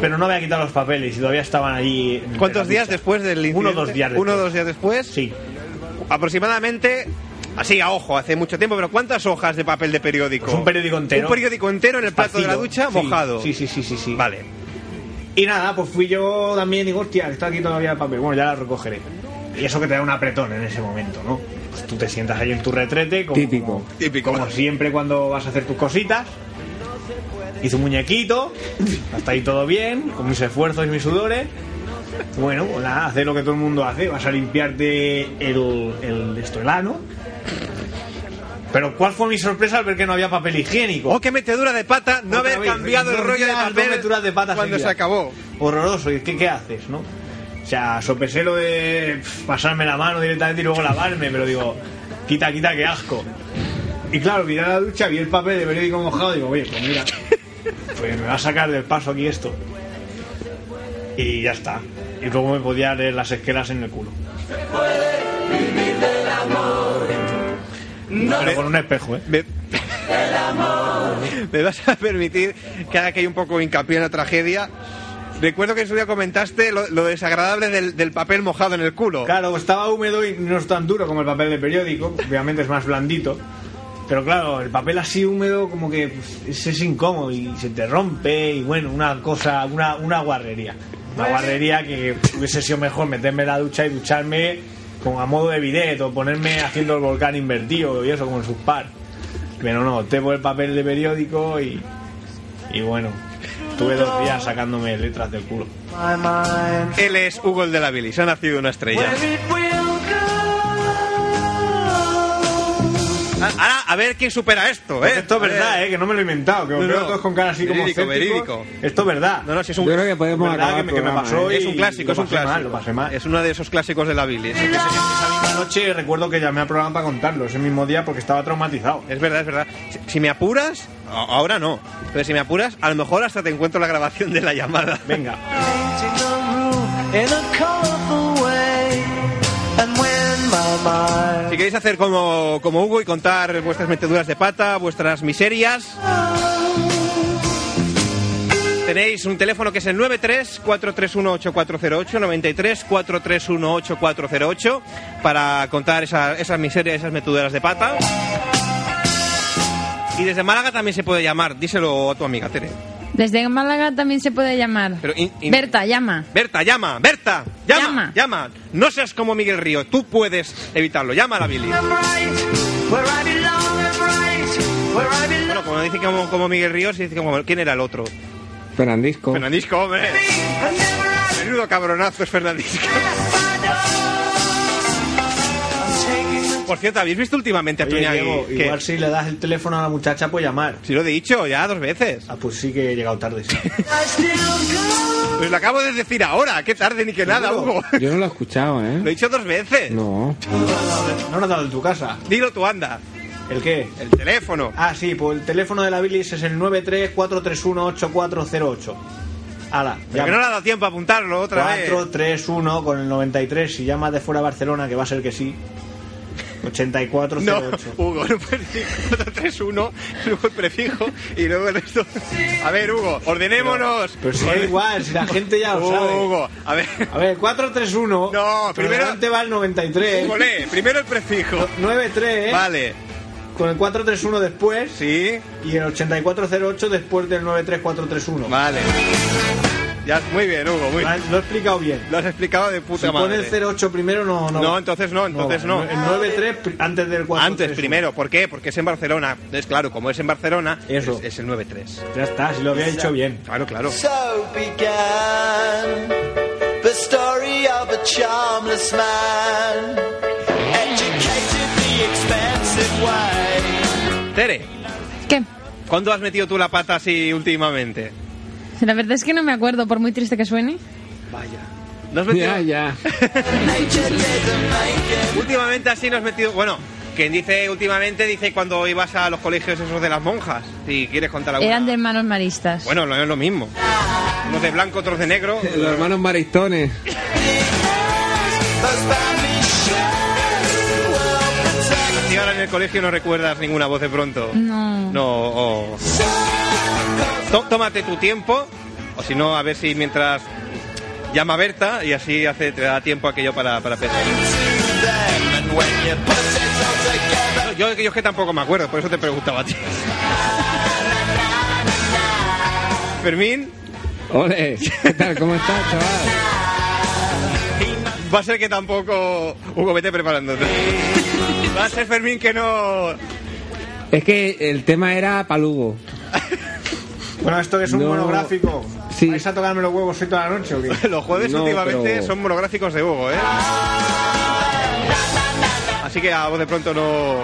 Speaker 5: pero no había quitado los papeles y todavía estaban allí. en
Speaker 3: ¿Cuántos
Speaker 5: la ducha.
Speaker 3: días después del incidente?
Speaker 5: Uno o dos días
Speaker 3: Uno o
Speaker 5: después.
Speaker 3: dos días después.
Speaker 5: Sí.
Speaker 3: Aproximadamente, así a ojo, hace mucho tiempo, pero ¿cuántas hojas de papel de periódico?
Speaker 5: Pues un periódico entero.
Speaker 3: Un periódico entero en el plato de la
Speaker 5: Esparcido.
Speaker 3: ducha
Speaker 5: Sí,
Speaker 3: mojado.
Speaker 5: Sí, sí, sí, sí, sí.
Speaker 3: Vale.
Speaker 5: Y nada, pues fui yo también y digo, hostia, está aquí todavía el papel. Bueno, ya la recogeré. Y eso que te da un apretón en ese momento, ¿no? Pues tú te sientas ahí en tu retrete, como,
Speaker 6: Típico.
Speaker 3: Típico.
Speaker 5: como siempre cuando vas a hacer tus cositas. Hice un muñequito, hasta ahí todo bien, con mis esfuerzos y mis sudores. Bueno, pues nada, hacer lo que todo el mundo hace, vas a limpiarte el, el, esto, el ano. Pero ¿cuál fue mi sorpresa al ver que no había papel higiénico?
Speaker 3: Oh, qué metedura de pata no
Speaker 5: Otra
Speaker 3: haber
Speaker 5: vez,
Speaker 3: cambiado el
Speaker 5: dos
Speaker 3: rollo de
Speaker 5: días, dos meturas
Speaker 3: papel
Speaker 5: de patas
Speaker 3: cuando se
Speaker 5: seguidas.
Speaker 3: acabó.
Speaker 5: Horroroso, ¿y qué, qué haces, no? O sea, sopesé lo de pf, pasarme la mano directamente y luego lavarme, pero digo, quita, quita, qué asco. Y claro, miré a la ducha, vi el papel de periódico mojado y digo, oye, pues mira, pues me va a sacar del paso aquí esto. Y ya está. Y luego me podía leer las esquelas en el culo. Pero con un espejo, ¿eh?
Speaker 3: Me... Me vas a permitir que haga que hay un poco hincapié en la tragedia. Recuerdo que en su día comentaste lo, lo desagradable del, del papel mojado en el culo.
Speaker 5: Claro, estaba húmedo y no es tan duro como el papel de periódico, obviamente es más blandito. Pero claro, el papel así húmedo como que pues, es, es incómodo y se te rompe y bueno, una cosa, una, una guarrería. Una guarrería que hubiese sido mejor meterme en la ducha y ducharme como a modo de bidet o ponerme haciendo el volcán invertido y eso como en sus par. Pero no, te por el papel de periódico y, y bueno, tuve dos días sacándome letras del culo.
Speaker 3: Él es Hugo el de la Bilis, ha nacido una estrella. Ah, Ahora, a ver quién supera esto, ¿eh?
Speaker 5: Porque Esto es verdad, eh, que no me lo he inventado, que os
Speaker 3: No,
Speaker 5: veo
Speaker 3: no.
Speaker 5: todos con cara así como
Speaker 3: Verídico,
Speaker 5: escépticos.
Speaker 3: verídico.
Speaker 5: Esto es verdad.
Speaker 3: No, no, si es
Speaker 6: Yo
Speaker 3: un,
Speaker 6: creo que podemos
Speaker 5: verdad
Speaker 6: acabar
Speaker 5: que me- que me
Speaker 6: el programa,
Speaker 5: pasó
Speaker 6: ¿eh?
Speaker 5: y-
Speaker 3: es un clásico,
Speaker 5: lo
Speaker 3: es un
Speaker 5: pasé mal,
Speaker 3: clásico.
Speaker 5: lo pasé mal.
Speaker 3: Es uno de esos clásicos de la Bilis.
Speaker 5: Esa misma noche recuerdo que llamé al programa para contarlo ese mismo día porque estaba traumatizado.
Speaker 3: Es verdad, es verdad. Si, si me apuras, a- ahora no, pero si me apuras, a lo mejor hasta te encuentro la grabación de la llamada.
Speaker 5: Venga.
Speaker 3: Si queréis hacer como, como Hugo y contar vuestras meteduras de pata, vuestras miserias. Tenéis un teléfono que es el 93 431 8408 93 431 8408 para contar esa- esas miserias, esas meteduras de pata. Y desde Málaga también se puede llamar, díselo a tu amiga Tere.
Speaker 4: Desde Málaga también se puede llamar.
Speaker 3: Pero in- in-
Speaker 4: Berta, llama.
Speaker 3: Berta, llama, Berta, llama, llama,
Speaker 4: Llama.
Speaker 3: No seas como Miguel Río, tú puedes evitarlo. Llama a la Billy. Bueno, como dice como, como Miguel Ríos, dice como quién era el otro.
Speaker 5: Oh.
Speaker 6: Fernandisco.
Speaker 3: Fernandisco, hombre. Menudo cabronazo es Fernandisco. Por cierto, ¿habéis visto últimamente a
Speaker 5: Oye,
Speaker 3: Toña
Speaker 5: Diego,
Speaker 3: que-
Speaker 5: igual si le das el teléfono a la muchacha, pues llamar.
Speaker 3: Si lo he dicho ya dos veces.
Speaker 5: Ah, pues sí que he llegado tarde. sí.
Speaker 3: Pues lo acabo de decir ahora. Qué tarde ni que nada, Hugo.
Speaker 6: Yo no lo he escuchado,
Speaker 3: Lo he
Speaker 6: ¿eh?
Speaker 3: dicho dos veces.
Speaker 6: No.
Speaker 5: No lo has dado en tu casa.
Speaker 3: Dilo tú, anda.
Speaker 5: ¿El qué?
Speaker 3: El teléfono.
Speaker 5: Ah, sí, pues el teléfono de la bilis es el 934318408. Ala,
Speaker 3: Pero que no
Speaker 5: llama.
Speaker 3: le ha dado tiempo a apuntarlo otra vez.
Speaker 5: 431 con el 93, si llamas de fuera a Barcelona, que va a ser que sí.
Speaker 3: No,
Speaker 5: 8408.
Speaker 3: Hugo, no puedes decir 431, luego el prefijo y luego el resto. A ver, Hugo, ordenémonos.
Speaker 5: Pero si da
Speaker 3: Orden-
Speaker 5: igual, si la gente ya lo
Speaker 3: Hugo,
Speaker 5: sabe.
Speaker 3: Hugo, a ver.
Speaker 5: A ver, 431.
Speaker 3: No,
Speaker 5: pero
Speaker 3: primero-
Speaker 5: delante va el 93.
Speaker 3: Hugo, lee. Primero el prefijo.
Speaker 5: 93,
Speaker 3: Vale,
Speaker 5: ¿eh? con el 431 después.
Speaker 3: sí,
Speaker 5: Y el 8408 después del 93431.
Speaker 3: vale. Ya, muy bien, Hugo, muy bien.
Speaker 5: Vale, Lo he explicado bien.
Speaker 3: Lo has explicado de puta
Speaker 5: Si
Speaker 3: madre.
Speaker 5: pone el 08 primero, no. No,
Speaker 3: No, entonces no, entonces no.
Speaker 5: El 93 pri- antes del 4.
Speaker 3: Antes, primero, ¿por qué? Porque es en Barcelona. Entonces, claro, como es en Barcelona,
Speaker 5: Eso.
Speaker 3: Es, es el 93.
Speaker 5: Ya está, si lo había hecho bien.
Speaker 3: Claro, claro.
Speaker 9: So began the story of a charmless man, educated the expensive way.
Speaker 3: Tere,
Speaker 4: ¿Qué?
Speaker 3: ¿cuándo has metido tú la pata así últimamente?
Speaker 4: La verdad es que no me acuerdo, por muy triste que suene.
Speaker 3: Ah, ¿No has metido?
Speaker 6: Ya, ya.
Speaker 3: Últimamente así no has metido. Bueno, quien dice últimamente dice cuando ibas a los colegios esos de las monjas. Si quieres contar alguna.
Speaker 4: Eran de hermanos maristas.
Speaker 3: Bueno, no es lo mismo. Unos de blanco, otros de negro.
Speaker 6: Los hermanos maristones.
Speaker 3: Si ahora en el colegio no recuerdas ninguna voz de pronto.
Speaker 4: No.
Speaker 3: No, oh. Tó- Tómate tu tiempo, o si no, a ver si mientras llama a Berta y así hace, te da tiempo aquello para, para pensar. No, Yo, yo es que tampoco me acuerdo, por eso te preguntaba a ti. Fermín,
Speaker 6: Ole, ¿qué tal? ¿Cómo estás, chaval?
Speaker 3: va a ser que tampoco. Hugo, vete preparándote. Va a ser Fermín que no.
Speaker 6: Es que el tema era palugo.
Speaker 5: Bueno, esto que es un
Speaker 6: No.
Speaker 5: monográfico.
Speaker 6: Sí.
Speaker 5: ¿Vais a tocarme los huevos hoy toda la noche o qué?
Speaker 3: Los jueves
Speaker 6: No,
Speaker 3: últimamente
Speaker 6: pero-
Speaker 3: son monográficos de Hugo, ¿eh? Así que a vos de pronto no.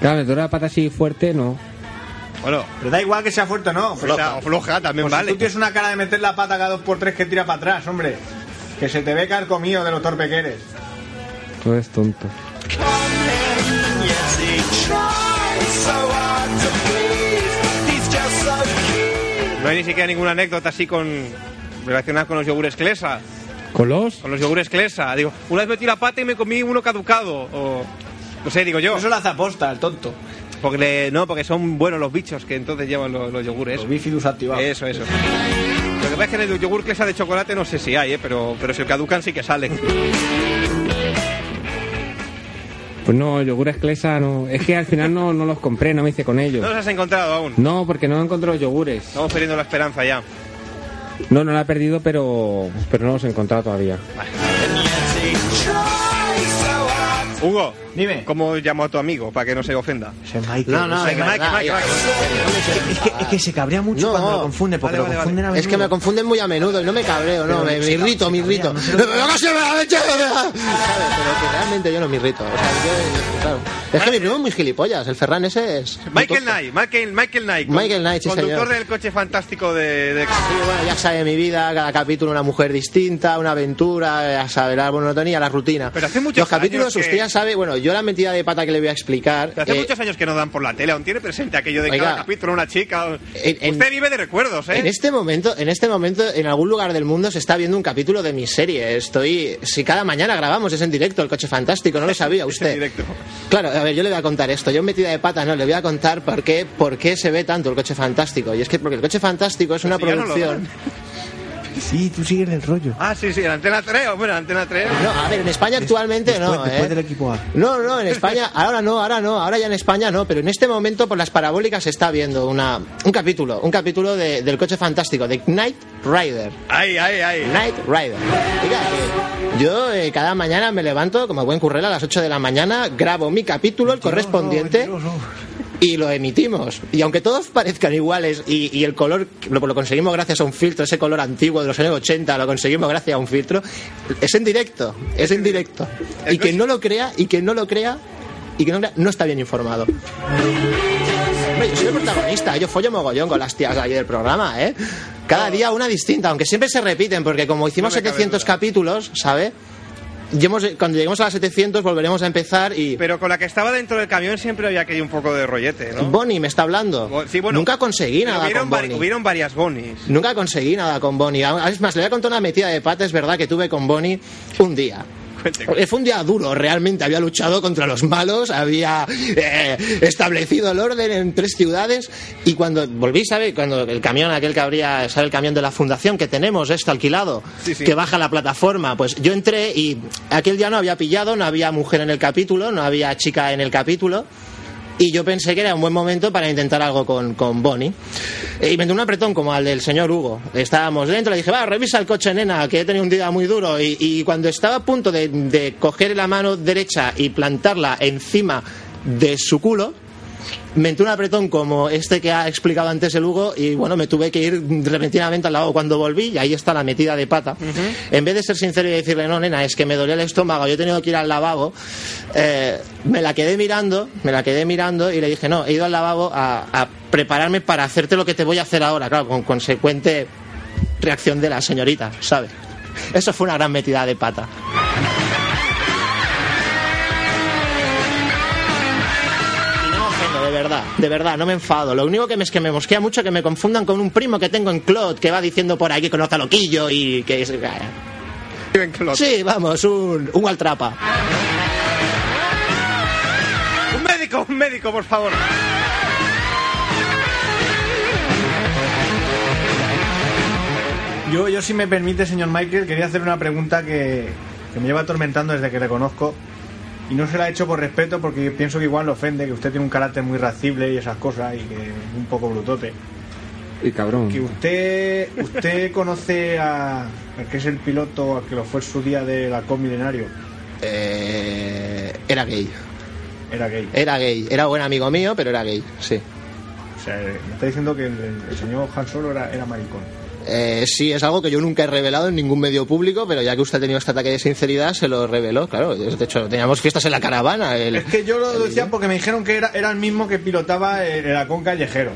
Speaker 6: Claro, me duele la pata así fuerte, no.
Speaker 3: Bueno,
Speaker 5: Pero da igual que sea fuerte o no.
Speaker 3: o sea, o floja también
Speaker 5: Pues si
Speaker 3: vale.
Speaker 5: tú tienes una cara de meter la pata cada dos por tres que tira para atrás, hombre. Que se te ve carcomido de lo torpe que eres.
Speaker 6: Tú eres tonto.
Speaker 3: No hay ni siquiera ninguna anécdota así con. relacionada con los yogures Clesa.
Speaker 6: ¿Colos?
Speaker 3: Con los yogures Clesa. Digo, una vez metí la pata y me comí uno caducado. O. No sé, digo yo.
Speaker 5: Eso lo hace aposta, el tonto.
Speaker 3: Porque le- no, porque son buenos los bichos que entonces llevan los, los yogures.
Speaker 5: Los bífidus activados.
Speaker 3: Eso, eso. Lo que pasa es que en el yogur esa de chocolate no sé si hay, ¿eh? pero, pero si caducan sí que salen.
Speaker 6: Pues no, yogures Clesa no. Es que al final no, no los compré, no me hice con
Speaker 3: No
Speaker 6: ellos.
Speaker 3: los has encontrado aún.
Speaker 6: No, porque no encontré los yogures.
Speaker 3: Estamos perdiendo la esperanza ya.
Speaker 6: No, no la he perdido, pero, pero no los he encontrado todavía.
Speaker 3: Hugo,
Speaker 5: Dime.
Speaker 3: ¿cómo llamo a tu amigo para que no se ofenda?
Speaker 5: Ese Michael.
Speaker 7: No, no,
Speaker 3: Mike,
Speaker 7: de
Speaker 3: Mike,
Speaker 7: verdad,
Speaker 3: Mike,
Speaker 7: yo-
Speaker 5: Es que, es que se cabrea mucho
Speaker 7: No.
Speaker 5: cuando lo confunde, porque
Speaker 3: Vale, vale,
Speaker 5: lo confunden a
Speaker 7: Es que me
Speaker 5: menudo.
Speaker 7: confunden muy a menudo y no me cabreo, no, me, me irrito, me irrito.
Speaker 5: no
Speaker 7: No,
Speaker 5: se
Speaker 7: pero que se me la leche! ¿Sabes? Pero que realmente yo no me irrito. O sea, yo, claro. Es que mi primo es muy gilipollas, el Ferran ese es.
Speaker 3: Michael
Speaker 7: Entonces,
Speaker 3: Knight, Michael, Michael Knight.
Speaker 7: Michael Knight, sí,
Speaker 3: Conductor
Speaker 7: señor. Ah.
Speaker 3: del coche fantástico de... de-
Speaker 7: sí, bueno, ya sabe mi vida, cada capítulo una mujer distinta, una aventura, ya sabe la monotonía, la rutina.
Speaker 3: Pero hace muchos
Speaker 7: Los capítulos
Speaker 3: años que-
Speaker 7: usted ya sabe, bueno, yo la mentira de pata que le voy a explicar.
Speaker 3: Hace
Speaker 7: eh,
Speaker 3: muchos años que no dan por la tele, aún tiene presente aquello de
Speaker 7: Oiga.
Speaker 3: cada capítulo una chica.
Speaker 7: En- en-
Speaker 3: Usted vive de recuerdos, ¿eh?
Speaker 7: En este momento, en este momento, en algún lugar del mundo se está viendo un capítulo de mi serie. Estoy, si cada mañana grabamos es en directo, el coche fantástico, no lo sabía
Speaker 3: Es en
Speaker 7: usted.
Speaker 3: directo.
Speaker 7: Claro, a ver, yo le voy a contar esto. Yo metida de pata, no, le voy a contar por qué, por qué se ve tanto el coche fantástico. Y es que porque el coche fantástico es una
Speaker 3: Pues si ya no lo
Speaker 7: producción.
Speaker 5: Sí, tú sigues el rollo.
Speaker 3: Ah, sí, sí, en Antena 3, hombre, en Antena 3.
Speaker 7: No, a ver, en España actualmente
Speaker 5: después,
Speaker 7: no,
Speaker 5: después
Speaker 7: ¿eh?
Speaker 5: del equipo A.
Speaker 7: No, no, en España, ahora no, ahora no, ahora ya en España no, pero en este momento por las parabólicas se está viendo una, un capítulo, un capítulo de- del coche fantástico, de Knight Rider.
Speaker 3: Ay, ay, ay.
Speaker 7: Night Rider. Mira, eh, yo eh, cada mañana me levanto como buen currela a las 8 de la mañana, grabo mi capítulo, el correspondiente,
Speaker 5: Mentiroso.
Speaker 7: y lo emitimos. Y aunque todos parezcan iguales y, y el color lo, lo conseguimos gracias a un filtro, ese color antiguo de los años 80 lo conseguimos gracias a un filtro, es en directo, es en directo. Y quien no lo crea, y quien no lo crea, y que no, no está bien informado. Hombre, yo soy el protagonista, yo follo mogollón con las tías de ayer del programa, ¿eh? Cada día una distinta, aunque siempre se repiten, porque como hicimos
Speaker 3: No me cabe
Speaker 7: 700
Speaker 3: duda.
Speaker 7: capítulos, ¿sabe? Y hemos- cuando lleguemos a las 700 volveremos a empezar y...
Speaker 3: Pero con la que estaba dentro del camión siempre había que ir un poco de rollete, ¿no?
Speaker 7: Bonnie me está hablando.
Speaker 3: Bo- sí, bueno,
Speaker 7: Nunca conseguí
Speaker 3: pero
Speaker 7: nada
Speaker 3: hubieron
Speaker 7: con
Speaker 3: vari-
Speaker 7: Bonnie.
Speaker 3: Hubieron varias bonis.
Speaker 7: Nunca conseguí nada con Bonnie. Es más, le voy a contar una metida de pates, ¿verdad? Que tuve con Bonnie un día.
Speaker 3: Cuente.
Speaker 7: Porque Fue un día duro, realmente. Había luchado contra los malos, había eh, establecido el orden en tres ciudades. Y cuando volví, ¿sabe? Cuando el camión, aquel que habría, ¿sabe? El camión de la fundación que tenemos, este alquilado,
Speaker 3: Sí, sí.
Speaker 7: que baja la plataforma. Pues yo entré y aquel día no había pillado, no había mujer en el capítulo, no había chica en el capítulo. Y yo pensé que era un buen momento para intentar algo con, con Bonnie. Eh, Y me dio un apretón como al del señor Hugo. Estábamos dentro, le dije, va, revisa el coche, nena, que he tenido un día muy duro. Y, y cuando estaba a punto de, de coger la mano derecha y plantarla encima de su culo, me entró un apretón como este que ha explicado antes el Hugo y bueno, me tuve que ir repentinamente al lado cuando volví y ahí está la metida de pata. En vez de ser sincero y decirle, no, nena, es que me dolía el estómago, yo he tenido que ir al lavabo, eh, me la quedé mirando, me la quedé mirando y le dije, no, he ido al lavabo a, a prepararme para hacerte lo que te voy a hacer ahora, claro, con consecuente reacción de la señorita, ¿sabes? Eso fue una gran metida de pata. Y no me ofendo, de verdad, de verdad, no me enfado. Lo único que me, es que me mosquea mucho que me confundan con un primo que tengo en Clot que va diciendo por ahí que conoce a Loquillo y que es... eh, Sí, vamos, un, un altrapa.
Speaker 3: Un médico, un médico, por favor.
Speaker 5: Yo, yo, si me permite, señor Michael, quería hacer una pregunta que, que me lleva atormentando desde que reconozco. Y no se la he hecho por respeto porque pienso que igual lo ofende, que usted tiene un carácter muy racible y esas cosas y que es un poco brutote.
Speaker 6: Y cabrón.
Speaker 5: Que usted usted conoce a, al que es el piloto, al que lo fue en su día del halcón milenario.
Speaker 7: Eh, era gay,
Speaker 5: Era gay.
Speaker 7: era gay, era buen amigo mío, pero era gay, sí.
Speaker 5: O sea, eh, me está diciendo que el, el señor Han Solo era, era maricón.
Speaker 7: Eh, sí, es algo que yo nunca he revelado en ningún medio público, pero ya que usted ha tenido este ataque de sinceridad, se lo reveló, claro. De hecho, teníamos fiestas en la caravana. el-
Speaker 5: Es que yo lo decía porque me dijeron que era, era el mismo que pilotaba el, el halcón callejero.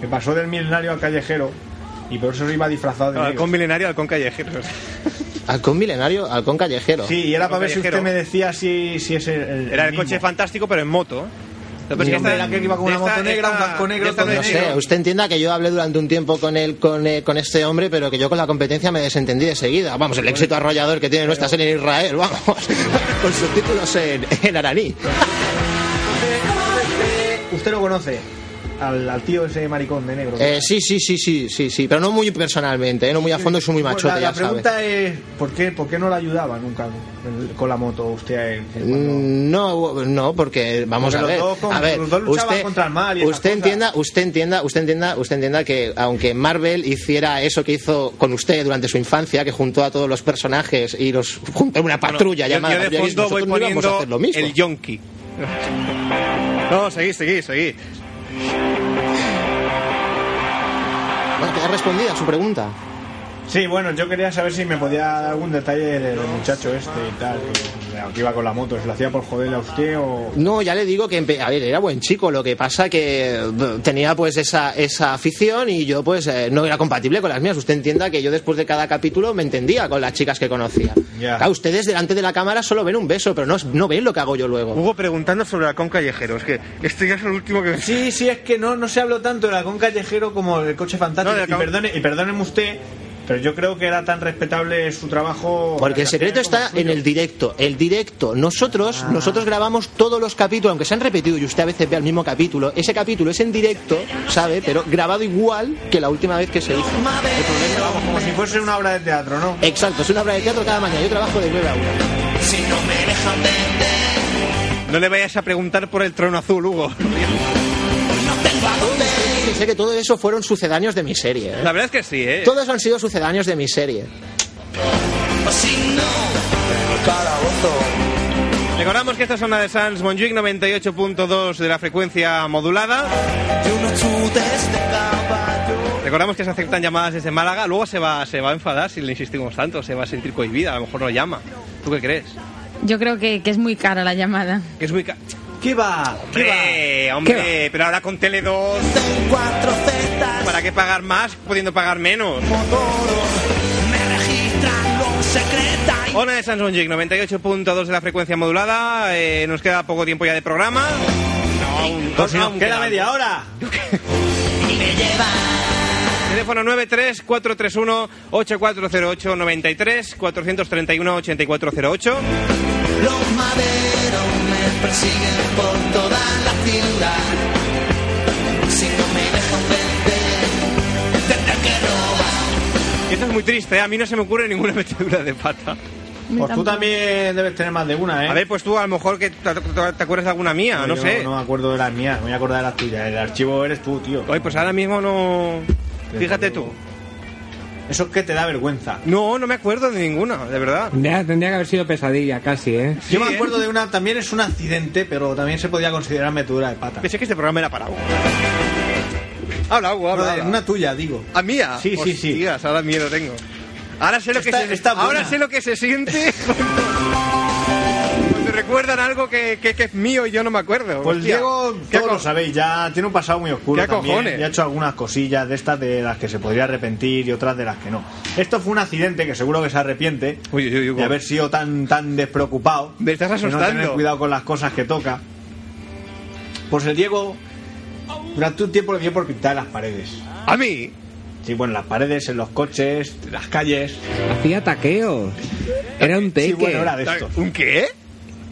Speaker 5: Que pasó del milenario al callejero y por eso se iba disfrazado de negro.
Speaker 3: Halcón milenario, halcón callejero.
Speaker 7: Halcón milenario, halcón callejero.
Speaker 5: Sí, y era para ver si
Speaker 3: Callejero.
Speaker 5: usted me decía si, si es el, el
Speaker 3: Era el
Speaker 5: mismo.
Speaker 3: coche fantástico, pero en moto. Lo que pasa es
Speaker 5: Sí,
Speaker 3: que
Speaker 5: hombre,
Speaker 3: esta-
Speaker 5: era aquel que iba con una
Speaker 3: esta-
Speaker 5: moto negra,
Speaker 3: esta-
Speaker 5: un casco negro,
Speaker 3: esta
Speaker 5: todo
Speaker 7: No
Speaker 3: es
Speaker 7: sé,
Speaker 3: negro.
Speaker 7: usted entienda que yo hablé durante un tiempo con él, con, eh, con este hombre, pero que yo con la competencia me desentendí de seguida. Vamos, el éxito arrollador que tiene nuestra serie en Israel, vamos, con subtítulos en, en araní.
Speaker 5: Usted lo conoce, al, al tío ese maricón de negro.
Speaker 7: Eh, sí, sí, sí, sí, sí, sí, pero no muy personalmente, eh, no muy a fondo, es muy
Speaker 5: Bueno,
Speaker 7: machote,
Speaker 5: la,
Speaker 7: ya
Speaker 5: la
Speaker 7: sabe.
Speaker 5: pregunta es, ¿por qué, ¿por qué no le ayudaba nunca el- con la moto usted a él? Cuando-
Speaker 7: Mm, No, no, porque vamos
Speaker 5: Porque
Speaker 7: a ver.
Speaker 5: los dos con-
Speaker 7: a ver,
Speaker 5: los dos luchaban
Speaker 7: usted,
Speaker 5: contra el mal y esas
Speaker 7: usted
Speaker 5: cosas.
Speaker 7: entienda, usted entienda, usted entienda, usted entienda que aunque Marvel hiciera eso que hizo con usted durante su infancia, que juntó a todos los personajes y los juntó en una
Speaker 3: Bueno,
Speaker 7: patrulla
Speaker 3: yo-
Speaker 7: llamada
Speaker 3: Yo de
Speaker 7: Patrulla Gris,
Speaker 3: fondo voy
Speaker 7: nosotros no íbamos a
Speaker 3: poniendo
Speaker 7: hacer lo mismo.
Speaker 3: el yonki. No, seguí, seguí, seguí.
Speaker 7: Bueno, queda respondida su pregunta.
Speaker 5: Sí, bueno, yo quería saber si me podía dar algún detalle del muchacho este y tal, que, que iba con la moto, ¿se lo hacía por joderle a usted o...?
Speaker 7: No, ya le digo que, empe- a ver, era buen chico, lo que pasa que eh, tenía pues esa, esa afición y yo pues eh, no era compatible con las mías. Usted entienda que yo después de cada capítulo me entendía con las chicas que conocía.
Speaker 5: Ya.
Speaker 7: Claro, ustedes delante de la cámara solo ven un beso, pero no, no ven lo que hago yo luego.
Speaker 3: Hugo preguntando sobre el halcón callejero. Es que este ya es el último que...
Speaker 5: Sí, sí, es que no, no se habló tanto del halcón callejero como del coche fantástico.
Speaker 3: No, del
Speaker 5: y,
Speaker 3: halcón-
Speaker 5: perdone, y perdóneme usted, pero yo creo que era tan respetable su trabajo...
Speaker 7: Porque el secreto está en el directo, el directo. Nosotros, nosotros grabamos todos los capítulos, aunque se han repetido y usted a veces ve el mismo capítulo. Ese capítulo es en directo, ¿sabe? Pero grabado igual que la última vez que se hizo.
Speaker 5: Vamos, como si fuese una obra de teatro, ¿no?
Speaker 7: Exacto, es una obra de teatro cada mañana. Yo trabajo de 9 a 1.
Speaker 3: No le vayas a preguntar por el trono azul, Hugo.
Speaker 7: Sé que todo eso fueron sucedáneos de mi serie. ¿eh?
Speaker 3: La verdad es que sí, ¿eh?
Speaker 7: Todos han sido sucedáneos de mi serie.
Speaker 3: Recordamos que esta es una de Sans Monjuic 98.2 de la frecuencia modulada. Recordamos que se aceptan llamadas desde Málaga. Luego se va, se va a enfadar si le insistimos tanto. Se va a sentir cohibida. A lo mejor no llama. ¿Tú qué crees?
Speaker 4: Yo creo que, que es muy cara la llamada.
Speaker 3: Que es muy ca-
Speaker 5: ¿Qué va? ¿Qué va?
Speaker 3: Hombre, hombre, pero ahora con Tele 2, ¿para qué pagar más pudiendo pagar menos? Hola de Samsung Geek, 98.2 de la frecuencia modulada. eh, nos queda poco tiempo ya de programa. No, aún-
Speaker 5: Pues
Speaker 3: aún
Speaker 5: nos queda
Speaker 3: algo.
Speaker 5: media hora.
Speaker 3: Teléfono 93-431-8408-93 431-8408.
Speaker 9: Los maderos me persiguen por toda la ciudad. Si no me dejan vender, tendré que robar.
Speaker 3: Y Esto es muy triste, ¿eh? a mí no se me ocurre ninguna metedura de pata.
Speaker 5: Pues tú también debes tener más de una, ¿eh?
Speaker 3: A ver, pues tú a lo mejor que te, te- te acuerdas de alguna mía, no,
Speaker 5: Yo
Speaker 3: sé.
Speaker 5: No me acuerdo de las mías, me voy a acordar de las tuyas. El archivo eres tú, tío.
Speaker 3: Oye, pues ahora mismo no... Fíjate tú.
Speaker 5: Eso es que te da vergüenza.
Speaker 3: No, no me acuerdo de ninguna, de verdad.
Speaker 6: Ya tendría que haber sido pesadilla casi, ¿eh?
Speaker 5: Yo me
Speaker 3: ¿eh?
Speaker 5: acuerdo de una, también es un accidente, pero también se podía considerar metedura de pata.
Speaker 3: Pensé que este programa era parado. Habla, agua,
Speaker 5: No,
Speaker 3: habla.
Speaker 5: de-
Speaker 3: habla.
Speaker 5: una tuya, digo.
Speaker 3: ¿A mía?
Speaker 5: Sí, sí, sí.
Speaker 3: Hostias, ahora miedo tengo. Ahora sé lo que
Speaker 5: Está-
Speaker 3: se,
Speaker 5: está buena.
Speaker 3: ahora sé lo que se siente cuando, cuando recuerdan algo que, que- que es mío y yo no me acuerdo.
Speaker 5: Pues
Speaker 3: Hostia,
Speaker 5: Diego,
Speaker 3: ¿qué
Speaker 5: todos
Speaker 3: co-
Speaker 5: lo sabéis, ya tiene un pasado muy oscuro
Speaker 3: ¿Qué
Speaker 5: también,
Speaker 3: cojones?
Speaker 5: y ha hecho algunas cosillas de estas de las que se podría arrepentir y otras de las que no. Esto fue un accidente que seguro que se arrepiente
Speaker 3: Uy, uy, uy, uy.
Speaker 5: de haber sido tan tan despreocupado.
Speaker 3: Me estás
Speaker 5: de
Speaker 3: asustando.
Speaker 5: no tener cuidado con las cosas que toca. Pues el Diego durante un tiempo le dio por pintar las paredes.
Speaker 3: A mí.
Speaker 5: Sí, bueno, las paredes, en los coches, en las calles.
Speaker 6: Hacía taqueos. Era un teque.
Speaker 5: Sí, bueno, era de estos.
Speaker 3: ¿Un qué?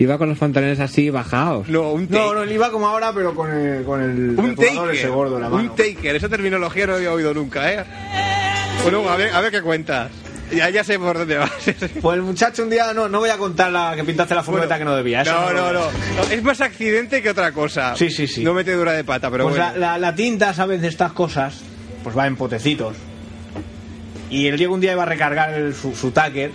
Speaker 6: Iba con los pantalones así bajados.
Speaker 3: No, un take.
Speaker 5: No, no, él iba como ahora, pero con el, con el
Speaker 3: un
Speaker 5: retulador
Speaker 3: taker.
Speaker 5: ese gordo en la mano.
Speaker 3: Un taker. Esa terminología no la había oído nunca, ¿eh? Bueno, a ver, a ver qué cuentas. Ya, ya sé por dónde vas.
Speaker 5: Pues el muchacho un día no, no voy a contar la que pintaste la furgoneta que no debía. eso
Speaker 3: No, no,
Speaker 5: lo voy a
Speaker 3: no,
Speaker 5: decir.
Speaker 3: No, Es más accidente que otra cosa.
Speaker 5: Sí, sí, sí.
Speaker 3: No mete dura de pata, pero
Speaker 5: pues
Speaker 3: bueno.
Speaker 5: la, la- la tinta, ¿sabes? De estas cosas, pues va en potecitos. Y el Diego un día iba a recargar el- su, su tacker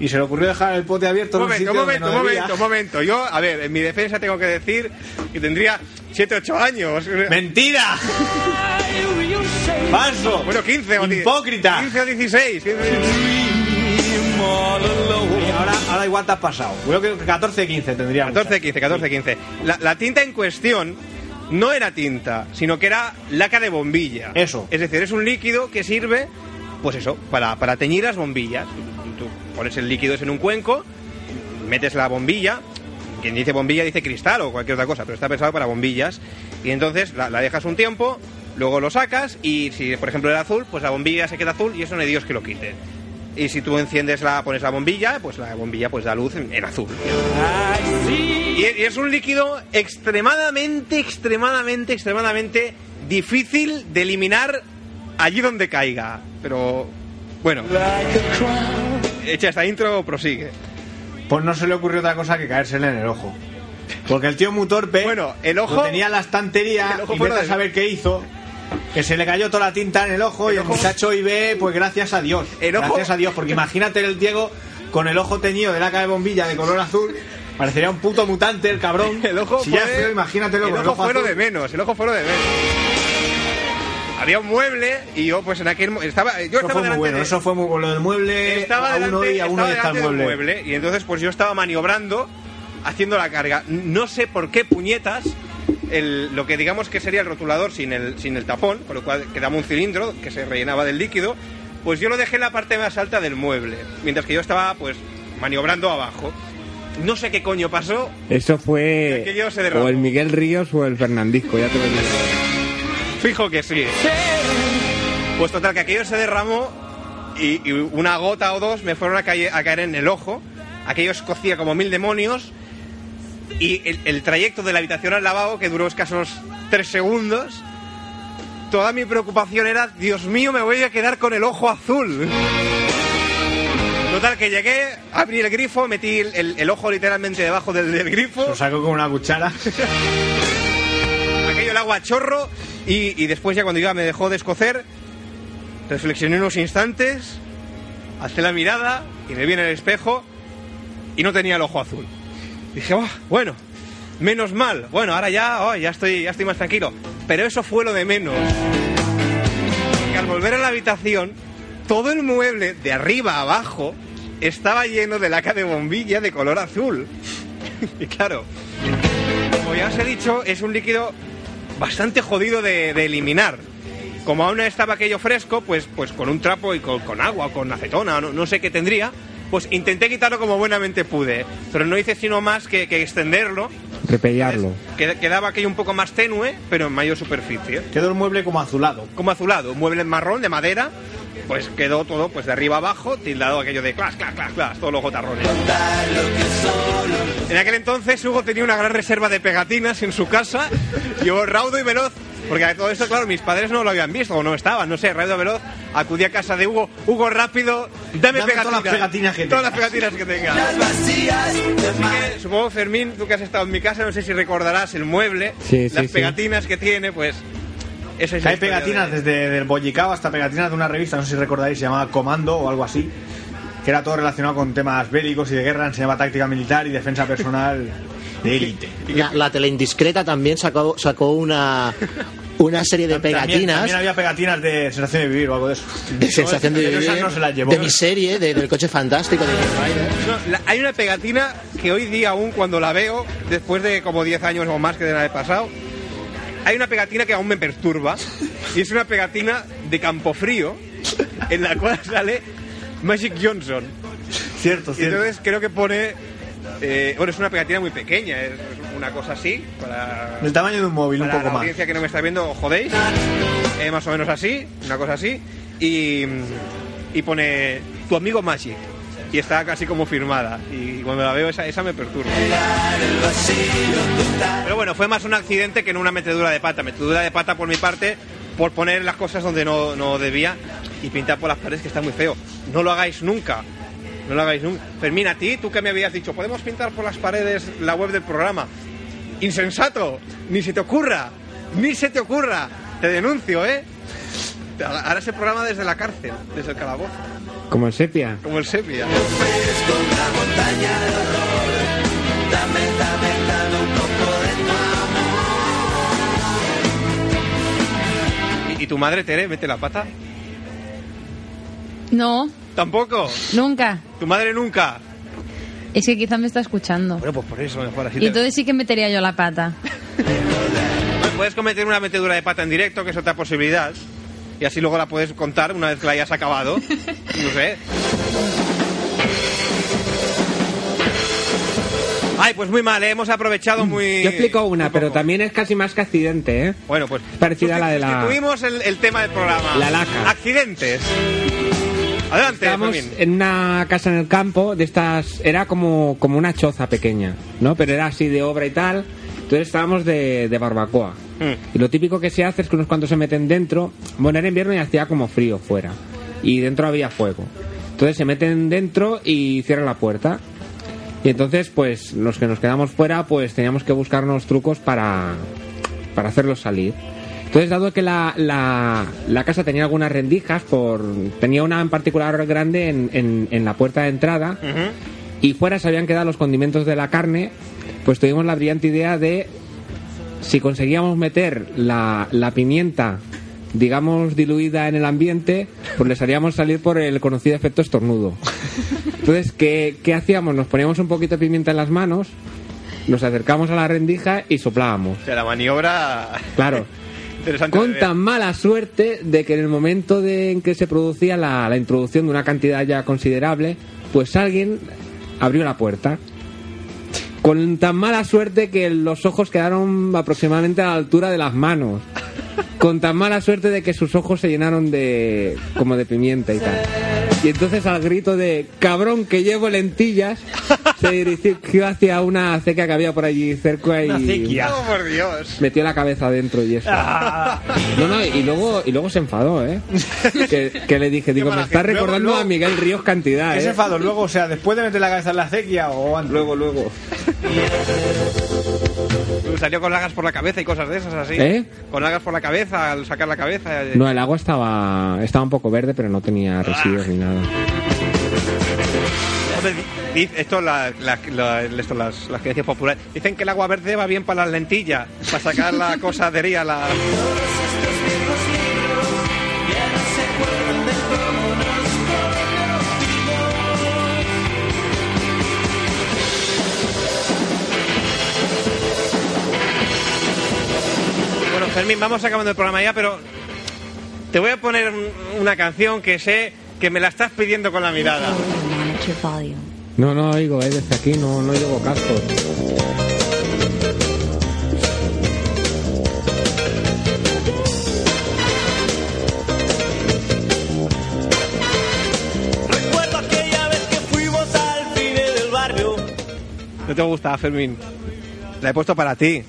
Speaker 5: y se le ocurrió dejar el pote abierto
Speaker 3: Un
Speaker 5: en
Speaker 3: momento,
Speaker 5: un sitio
Speaker 3: un momento,
Speaker 5: donde
Speaker 3: un
Speaker 5: no debía.
Speaker 3: momento, un momento. Yo, a ver, en mi defensa tengo que decir que tendría 7, 8 años.
Speaker 5: ¡Mentira! ¡Falso!
Speaker 3: Bueno, 15 o 10.
Speaker 5: ¡Hipócrita!
Speaker 3: 15 o 16.
Speaker 5: Y ahora, ahora igual te has pasado. Yo creo que 14, 15 tendría.
Speaker 3: 14,
Speaker 5: muchacho.
Speaker 3: 15, 14, 15. La, la tinta en cuestión no era tinta, sino que era laca de bombilla.
Speaker 5: Eso.
Speaker 3: Es decir, es un líquido que sirve, pues eso, para, para teñir las bombillas. Tú pones el líquido ese en un cuenco, metes la bombilla. Quien dice bombilla dice cristal o cualquier otra cosa, pero está pensado para bombillas. Y entonces la, la dejas un tiempo, luego lo sacas y si, por ejemplo, era azul, pues la bombilla se queda azul y eso no hay Dios que lo quite. Y si tú enciendes la, pones la bombilla, pues la bombilla pues da luz en, en azul. Y es- y es un líquido extremadamente, extremadamente, extremadamente difícil de eliminar allí donde caiga. Pero bueno, hecha esta intro, prosigue.
Speaker 5: Pues no se le ocurrió otra cosa que caérsele en el ojo. Porque el tío muy torpe.
Speaker 3: Bueno, el ojo-
Speaker 5: lo tenía en la estantería
Speaker 3: El ojo
Speaker 5: y
Speaker 3: fuera
Speaker 5: vete
Speaker 3: de-
Speaker 5: a saber qué hizo. Que se le cayó toda la tinta en el ojo y el
Speaker 3: ojo-
Speaker 5: muchacho y ve, pues gracias a Dios.
Speaker 3: El ojo-
Speaker 5: Gracias a Dios, porque imagínate el Diego con el ojo teñido de laca de bombilla de color azul. Parecería un puto mutante el cabrón.
Speaker 3: El ojo
Speaker 5: si
Speaker 3: fue,
Speaker 5: ya es feo, imagínatelo
Speaker 3: el
Speaker 5: con el
Speaker 3: ojo
Speaker 5: ojo
Speaker 3: fue lo
Speaker 5: azul.
Speaker 3: de menos, el ojo fue lo de menos. Había un mueble y yo pues en aquel mo- estaba yo
Speaker 5: Eso
Speaker 3: estaba
Speaker 5: fue muy
Speaker 3: delante
Speaker 5: bueno,
Speaker 3: de-
Speaker 5: eso fue muy bueno. Lo del mueble
Speaker 3: estaba
Speaker 5: Eh, a uno
Speaker 3: delante-
Speaker 5: y a uno
Speaker 3: estaba
Speaker 5: y está el
Speaker 3: delante del
Speaker 5: mueble.
Speaker 3: mueble y entonces pues yo estaba maniobrando haciendo la carga no sé por qué puñetas el- lo que digamos que sería el rotulador sin el, sin el tapón con lo cual quedaba un cilindro que se rellenaba del líquido pues yo lo dejé en la parte más alta del mueble mientras que yo estaba pues maniobrando abajo no sé qué coño pasó
Speaker 6: Eso fue
Speaker 3: Aquello se derramó.
Speaker 6: o el Miguel Ríos o el Fernandisco, ya te lo digo.
Speaker 3: Fijo que sí. Pues total, que aquello se derramó y, y una gota o dos me fueron a, caer- a caer en el ojo. Aquello escocía como mil demonios. Y el, el trayecto de la habitación al lavabo, que duró escasos tres segundos, toda mi preocupación era, Dios mío, me voy a quedar con el ojo azul. Total, que llegué, abrí el grifo, metí el, el- el ojo literalmente debajo del, del grifo.
Speaker 5: Lo sacó con una cuchara.
Speaker 3: aquello el agua a chorro y, y después ya cuando ya me dejó de escocer, reflexioné unos instantes, alcé la mirada y me vi en el espejo y no tenía el ojo azul. Dije, "Buah, bueno, menos mal. Bueno, ahora ya, oh, ya, estoy, ya estoy más tranquilo. Pero eso fue lo de menos. Porque al volver a la habitación, todo el mueble, de arriba a abajo, estaba lleno de laca de bombilla de color azul. y claro, como ya os he dicho, es un líquido bastante jodido de, de eliminar. Como aún estaba aquello fresco, pues, pues con un trapo y con, con agua, con acetona, no, no sé qué tendría, pues intenté quitarlo como buenamente pude. Pero no hice sino más que, que extenderlo.
Speaker 6: Repellarlo.
Speaker 3: Qued- Quedaba aquello un poco más tenue, pero en mayor superficie
Speaker 5: Quedó el mueble como azulado.
Speaker 3: como azulado, un mueble en marrón de madera, pues quedó todo pues de arriba abajo, tildado aquello de clas, clas, clas, clas, todos los gotarrones. En aquel entonces Hugo tenía una gran reserva de pegatinas en su casa, yo raudo y veloz, porque a todo esto, claro, mis padres no lo habían visto o no estaban, no sé, raudo y veloz, acudí a casa de Hugo, Hugo rápido, dame,
Speaker 5: Dame todas
Speaker 3: pegatinas,
Speaker 5: las pegatinas que
Speaker 3: todas las
Speaker 5: tengas.
Speaker 3: pegatinas que tengas. Así que, supongo, Fermín, tú que has estado en mi casa, no sé si recordarás el mueble,
Speaker 6: Sí, sí,
Speaker 3: las
Speaker 6: sí.
Speaker 3: pegatinas que tiene, pues... Esa es la
Speaker 5: Hay
Speaker 3: historia
Speaker 5: pegatinas
Speaker 3: de-
Speaker 5: desde el Bollicao hasta pegatinas de una revista, no sé si recordáis, se llamaba Comando o algo así, que era todo relacionado con temas bélicos y de guerra, enseñaba táctica militar y defensa personal de élite.
Speaker 7: La, la tele indiscreta también sacó, sacó una, una serie de
Speaker 5: También- También,
Speaker 7: pegatinas.
Speaker 5: había pegatinas de sensación de vivir o algo de eso.
Speaker 7: de sensación de
Speaker 5: Pero esas
Speaker 7: vivir,
Speaker 5: no se las llevó.
Speaker 7: de mi serie, de- del coche fantástico, de
Speaker 3: No, la- hay una pegatina que hoy día aún cuando la veo, después de como 10 años o más que de la he pasado, hay una pegatina que aún me perturba. Y es una pegatina de Campofrío, en la cual sale Magic Johnson.
Speaker 5: Cierto,
Speaker 3: Y
Speaker 5: cierto.
Speaker 3: entonces creo que pone... eh, bueno, es una pegatina muy pequeña, es una cosa así, para...
Speaker 5: Del tamaño de un móvil, un
Speaker 3: Para
Speaker 5: poco
Speaker 3: la
Speaker 5: más.
Speaker 3: audiencia que no me está viendo, os jodéis. Eh, más o menos así, una cosa así. Y, y pone tu amigo Magic. Y está casi como firmada. Y cuando la veo, esa, esa me perturba. Pero bueno, fue más un accidente que no una metedura de pata. Metedura de pata por mi parte por poner las cosas donde no, no debía y pintar por las paredes que está muy feo. No lo hagáis nunca. No lo hagáis nunca. Fermín, a ti, tú que me habías dicho, podemos pintar por las paredes la web del programa. Insensato, ni se te ocurra, ni se te ocurra. Te denuncio, ¿eh? Te- Harás el programa desde la cárcel, desde el calabozo,
Speaker 6: Como el sepia.
Speaker 3: como el sepia. ¿Y- ¿Y tu madre, Tere, mete la pata?
Speaker 4: No,
Speaker 3: Tampoco.
Speaker 4: nunca.
Speaker 3: Tu madre nunca.
Speaker 4: Es que quizás me está escuchando.
Speaker 3: Bueno, pues por eso mejor así.
Speaker 4: Y
Speaker 3: te-
Speaker 4: entonces sí que metería yo la pata.
Speaker 3: Puedes cometer una metedura de pata en directo, que es otra posibilidad. Y así luego la puedes contar una vez que la hayas acabado. No sé. Ay, pues muy mal, ¿eh? hemos aprovechado muy.
Speaker 6: Mm, Yo explico
Speaker 3: muy
Speaker 6: una, pero
Speaker 3: poco.
Speaker 6: también es casi más que accidente, ¿eh?
Speaker 3: Bueno, pues.
Speaker 6: Parecida a la de la-
Speaker 3: Tuvimos el, el tema del programa.
Speaker 6: La laca.
Speaker 3: Accidentes. Adelante,
Speaker 6: Estábamos
Speaker 3: Fermín.
Speaker 6: en una casa en el campo de estas. Era como, como una choza pequeña, ¿no? Pero era así de obra y tal. Entonces estábamos de, de barbacoa.
Speaker 3: Mm.
Speaker 6: Y lo típico que se hace es que unos cuantos se meten dentro. Bueno, era invierno y hacía como frío fuera. Y dentro había fuego. Entonces se meten dentro y cierran la puerta. Y entonces, pues, los que nos quedamos fuera, pues teníamos que buscarnos trucos para, para hacerlos salir. Entonces, dado que la, la, la casa tenía algunas rendijas, por, tenía una en particular grande en, en, en la puerta de entrada,
Speaker 3: Ujú.
Speaker 6: y fuera se habían quedado los condimentos de la carne, pues tuvimos la brillante idea de si conseguíamos meter la, la pimienta, digamos, diluida en el ambiente, pues les haríamos salir por el conocido efecto estornudo. Entonces, ¿qué, qué hacíamos? Nos poníamos un poquito de pimienta en las manos, nos acercamos a la rendija y soplábamos.
Speaker 3: O sea, la maniobra.
Speaker 6: Claro.
Speaker 3: Interesante. de
Speaker 6: Con
Speaker 3: ver.
Speaker 6: tan mala suerte de que en el momento de en que se producía la, la introducción de una cantidad ya considerable, pues alguien abrió la puerta. Con tan mala suerte que los ojos quedaron aproximadamente a la altura de las manos. Con tan mala suerte de que sus ojos se llenaron de. como de pimienta y tal. Y entonces al grito de cabrón que llevo lentillas, se dirigió hacia una acequia que había por allí cerca y.
Speaker 5: Una acequia.
Speaker 3: Oh, por Dios.
Speaker 6: Metió la cabeza dentro y eso.
Speaker 5: Ah,
Speaker 6: No, no, y luego, y luego se enfadó, ¿eh? Que, que le dije, digo,
Speaker 3: mala
Speaker 6: me está
Speaker 3: gente. Luego,
Speaker 6: recordando
Speaker 3: luego.
Speaker 6: a Miguel Ríos cantidad,
Speaker 5: ¿Qué se
Speaker 6: ¿eh?
Speaker 5: enfado luego? O sea, después de meter la cabeza en la acequia o antes.
Speaker 6: Luego, luego.
Speaker 3: Salió con lagas por la cabeza y cosas de esas así.
Speaker 6: ¿Eh?
Speaker 3: Con lagas por la cabeza, al sacar la cabeza. eh,
Speaker 6: No, el agua estaba, estaba un poco verde, pero no tenía residuos ni nada.
Speaker 3: Joder, dic- esto, la- la- la- esto, las, las creencias populares. Dicen que el agua verde va bien para las lentillas, para sacar la cosadería. La... Bueno, Fermín, vamos acabando el programa ya, pero te voy a poner un- una canción que sé que me la estás pidiendo con la mirada.
Speaker 6: No, no oigo, eh, desde aquí no, no llevo cascos.
Speaker 9: Recuerdo aquella vez que fuimos al cine del barrio.
Speaker 3: No te gusta, Fermín. La he puesto para ti,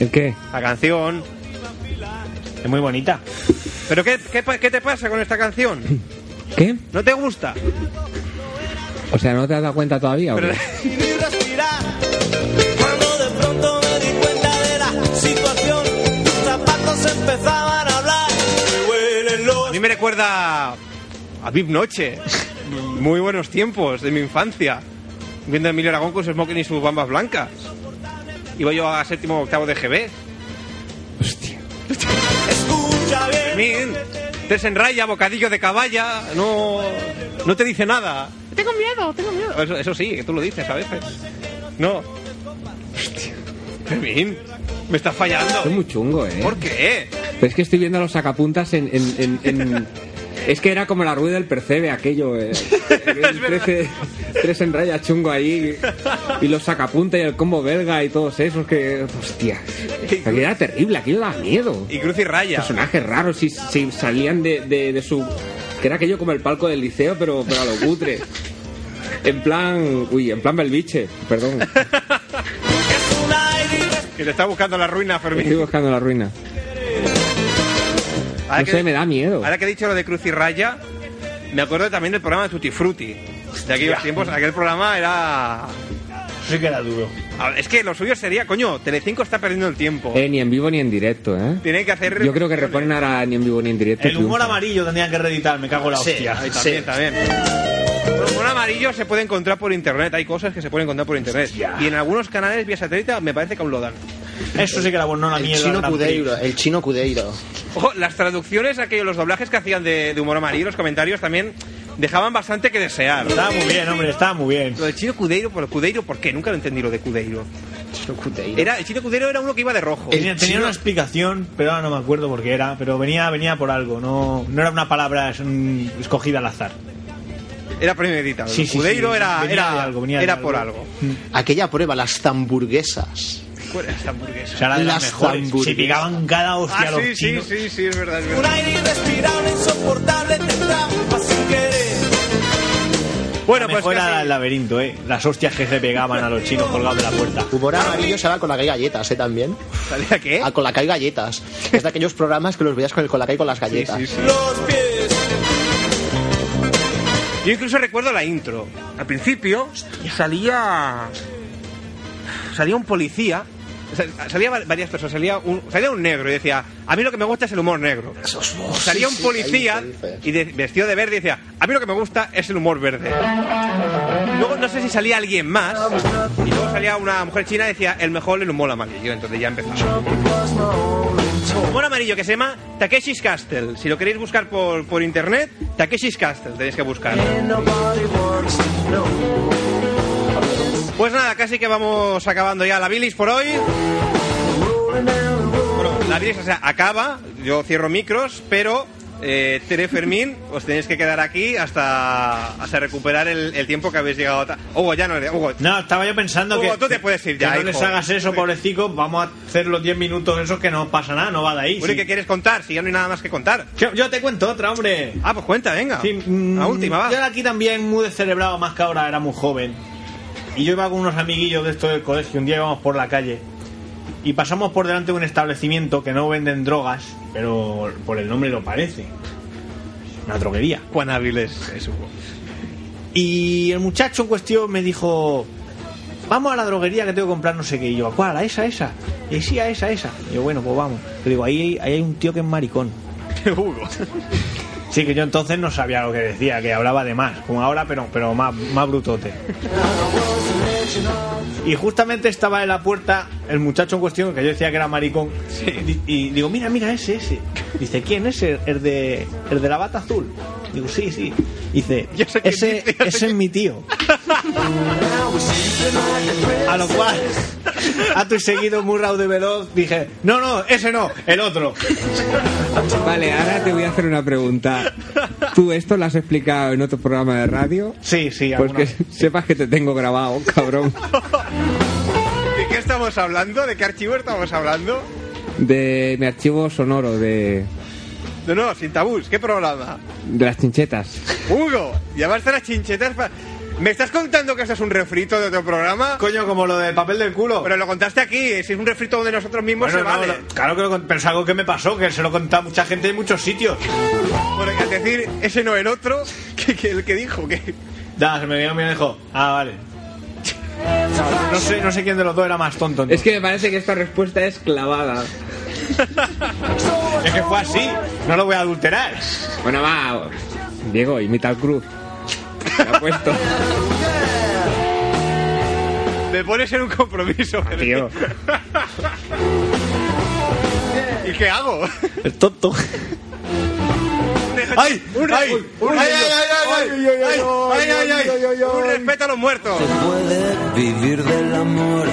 Speaker 6: ¿El qué?
Speaker 3: la canción.
Speaker 5: Es muy bonita.
Speaker 3: ¿Pero qué, qué, pa- qué te pasa con esta canción?
Speaker 6: ¿Qué?
Speaker 3: ¿No te gusta?
Speaker 6: O sea, ¿no te has dado cuenta todavía? o
Speaker 3: Pero-
Speaker 6: qué?
Speaker 9: sin ni respirar. Cuando de pronto me di cuenta de la situación, tus zapatos empezaban a hablar. Me huelen los
Speaker 3: A mí me recuerda a Viv Noche. Muy buenos tiempos de mi infancia. Viendo a Emilio Aragón con su smoking y sus bambas blancas. Iba yo a séptimo o octavo de GB.
Speaker 6: Hostia.
Speaker 9: escucha bien.
Speaker 3: Fermín, tres en raya, bocadillo de caballa. No, no te dice nada. Tengo miedo, tengo miedo. Eso, eso sí, que tú lo dices a veces. No. Hostia. Fermín, me estás
Speaker 6: Es
Speaker 3: fallando.
Speaker 6: muy chungo, ¿eh?
Speaker 3: ¿Por qué?
Speaker 6: Pero es que estoy viendo los sacapuntas en... en- en- en- Es que era como la rueda del percebe aquello. eh. El 13 tres en raya chungo ahí. Y los sacapuntas y el combo belga y todos esos que... Hostia. Aquello era terrible, aquello daba miedo.
Speaker 3: Y cruz y raya.
Speaker 6: Personajes raros si, si salían de, de- de su... Que era aquello como el palco del liceo, pero, pero a lo cutre. En plan... Uy, en plan Belviche, perdón.
Speaker 3: Que te está buscando la ruina,
Speaker 6: Estoy
Speaker 3: Fermín.
Speaker 6: buscando la ruina.
Speaker 3: Ahora
Speaker 6: no sé, me da miedo.
Speaker 3: Ahora que he dicho lo de cruz y raya, me acuerdo también del programa de Tutti Frutti. De aquellos tiempos, aquel programa era...
Speaker 5: Eso sí que era duro.
Speaker 3: A ver, Es que lo suyo sería, coño, Telecinco está perdiendo el tiempo.
Speaker 6: Eh, ni en vivo ni en directo, ¿eh?
Speaker 3: Tienen que hacer...
Speaker 6: Yo creo que reponen ahora ni en vivo ni en directo.
Speaker 5: El humor
Speaker 6: triunfa.
Speaker 5: amarillo tendrían que reeditar, me cago en la
Speaker 7: Sí,
Speaker 5: hostia.
Speaker 7: ahí
Speaker 3: También, también. Bueno, Humor amarillo se puede encontrar por internet. Hay cosas que se pueden encontrar por internet. Y en algunos canales vía satélite me parece que aún lo dan.
Speaker 5: Eso sí que era bueno, no la
Speaker 7: El
Speaker 5: mierda.
Speaker 7: chino
Speaker 5: Gran Prix.
Speaker 7: Cudeiro, el chino Cudeiro.
Speaker 3: Ojo, las traducciones, aquellos, los doblajes que hacían de, de humor amarillo, los comentarios también dejaban bastante que desear.
Speaker 5: Estaba muy bien, hombre, estaba muy bien.
Speaker 3: Lo del chino Cudeiro, por Cudeiro, ¿por qué? Nunca lo entendí lo de Cudeiro.
Speaker 7: Chino Cudeiro.
Speaker 3: Era, el chino Cudeiro era uno que iba de rojo.
Speaker 5: Tenía, tenía una explicación, pero ahora no me acuerdo por qué era, pero venía, venía por algo, no, no era una palabra es- mm, escogida al azar.
Speaker 3: Era premeditado.
Speaker 5: Sí, sí, sí.
Speaker 3: Cudeiro era,
Speaker 5: Venía de
Speaker 3: era,
Speaker 5: algo, venía de
Speaker 3: era
Speaker 5: algo.
Speaker 3: por algo.
Speaker 7: Aquella prueba, las hamburguesas.
Speaker 3: Fuera esta hamburguesa.
Speaker 5: O sea, era de las,
Speaker 7: Las
Speaker 5: mejores.
Speaker 7: hamburguesas.
Speaker 5: Se picaban cada hostia
Speaker 3: Ah,
Speaker 5: los
Speaker 3: sí, sí,
Speaker 5: chinos.
Speaker 3: sí, sí, es verdad, es
Speaker 9: Un
Speaker 3: verdad.
Speaker 9: aire irrespirable, insoportable, te trampa sin querer.
Speaker 3: Bueno, pues
Speaker 5: Mejor era
Speaker 3: casi-
Speaker 5: el laberinto, eh. Las hostias que se pegaban a los chinos colgados de la puerta.
Speaker 7: Humor amarillo se va con la que hay galletas, ¿eh? También.
Speaker 3: ¿Salía
Speaker 9: ¿Eh?
Speaker 3: qué?
Speaker 7: A con la que hay galletas. Es de aquellos programas que los veías con el con la que hay con las
Speaker 3: Sí,
Speaker 7: galletas.
Speaker 3: sí, sí.
Speaker 9: Los pies
Speaker 3: Yo incluso recuerdo la intro. Al principio salía. Salía un policía. sal- Salía va- varias personas, salía un, salía un negro y decía, a mí lo que me gusta es el humor negro. Salía un
Speaker 7: sí,
Speaker 3: policía
Speaker 7: ahí se dice.
Speaker 3: y de- vestido de verde y decía, a mí lo que me gusta es el humor verde. Luego no sé si salía alguien más y luego salía una mujer china y decía, el mejor el humor amarillo. Entonces ya empezaba. Humor amarillo que se llama Takeshi's Castle. Si lo queréis buscar por, por internet, Takeshi's Castle tenéis que buscar. Pues nada, casi que vamos acabando ya la bilis por hoy. Bueno, la bilis o sea, acaba, yo cierro micros, pero eh, Tere Fermín, os tenéis que quedar aquí hasta, hasta recuperar el, el tiempo que habéis llegado. a ta- Hugo, ya no le. Hugo,
Speaker 5: No, estaba yo pensando
Speaker 3: Hugo,
Speaker 5: que.
Speaker 3: tú te puedes ir
Speaker 5: que
Speaker 3: ya,
Speaker 5: no
Speaker 3: hijo.
Speaker 5: les hagas eso, pobrecito. Vamos a hacer los 10 minutos esos que no pasa nada, no va de ahí.
Speaker 3: Uri,
Speaker 5: sí.
Speaker 3: ¿qué quieres contar? Si ya no hay nada más que contar.
Speaker 5: Yo, yo te cuento otra, hombre.
Speaker 3: Ah, pues cuenta, venga.
Speaker 5: Sí, mm,
Speaker 3: la última, va.
Speaker 5: Yo era aquí también muy descerebrado, más que ahora era muy joven. Y yo iba con unos amiguillos de esto del colegio. Un día íbamos por la calle y pasamos por delante de un establecimiento que no venden drogas, pero por el nombre lo parece. Una droguería.
Speaker 3: Juan Áviles es Hugo.
Speaker 5: Y el muchacho en cuestión me dijo: Vamos a la droguería que tengo que comprar no sé qué. Y yo, ¿a cuál? ¿A esa, a esa? Y sí, a esa, a esa. Y yo, bueno, pues vamos. Le digo, ahí, ahí hay un tío que es maricón.
Speaker 3: Hugo.
Speaker 5: Sí, que yo entonces no sabía lo que decía, que hablaba de más, como ahora, pero, pero más, más brutote. Y justamente estaba en la puerta el muchacho en cuestión, que yo decía que era maricón, y, y digo, mira, mira, ese, ese. Dice, ¿quién es? El, el de, el de la bata azul. Digo, sí, sí. Dice,
Speaker 3: Ya sé quién
Speaker 5: ese,
Speaker 3: dice, ya sé
Speaker 5: ese es mi tío. A lo cual, a tu seguido, muy rau de veloz, dije, no, no, ese no, el otro.
Speaker 6: Vale, ahora te voy a hacer una pregunta. ¿Tú esto lo has explicado en otro programa de radio?
Speaker 5: Sí, sí,
Speaker 6: Pues
Speaker 5: alguna
Speaker 6: que
Speaker 5: vez.
Speaker 6: sepas que te tengo grabado, cabrón.
Speaker 3: ¿De qué estamos hablando? ¿De qué archivo estamos hablando?
Speaker 6: De mi archivo sonoro de,
Speaker 3: No, no, sin tabús, ¿qué programa?
Speaker 6: de las chinchetas.
Speaker 3: Hugo, llamaste a las chinchetas pa- ¿Me estás contando que esto es un refrito de otro programa?
Speaker 5: Coño, como lo del papel del culo.
Speaker 3: Pero lo contaste aquí, si es un refrito de nosotros mismos
Speaker 5: Bueno,
Speaker 3: se
Speaker 5: no,
Speaker 3: vale.
Speaker 5: lo- claro que lo, con- pero es algo que me pasó, que se lo contaba mucha gente en muchos sitios.
Speaker 3: Porque al decir ese no el otro, que, que el que dijo que.
Speaker 5: Da, se me vino bien dijo. Ah, vale. No sé, no sé quién de los dos era más tonto.
Speaker 6: Es
Speaker 5: entonces.
Speaker 6: que me parece que esta respuesta es clavada.
Speaker 5: Es que fue así, no lo voy a adulterar.
Speaker 6: Bueno, va. Diego, imita al Cruz. Te apuesto.
Speaker 3: Me pones en un compromiso,
Speaker 6: tío.
Speaker 3: ¿Y qué hago?
Speaker 5: Es tonto. ¡Ay!
Speaker 3: Un re-
Speaker 5: ¡Ay!
Speaker 3: un- un-
Speaker 5: ¡Ay, ay, ay, ay!
Speaker 3: ay, ay, ay, ay, ay, Un respeto a los muertos.
Speaker 9: Vivir del amor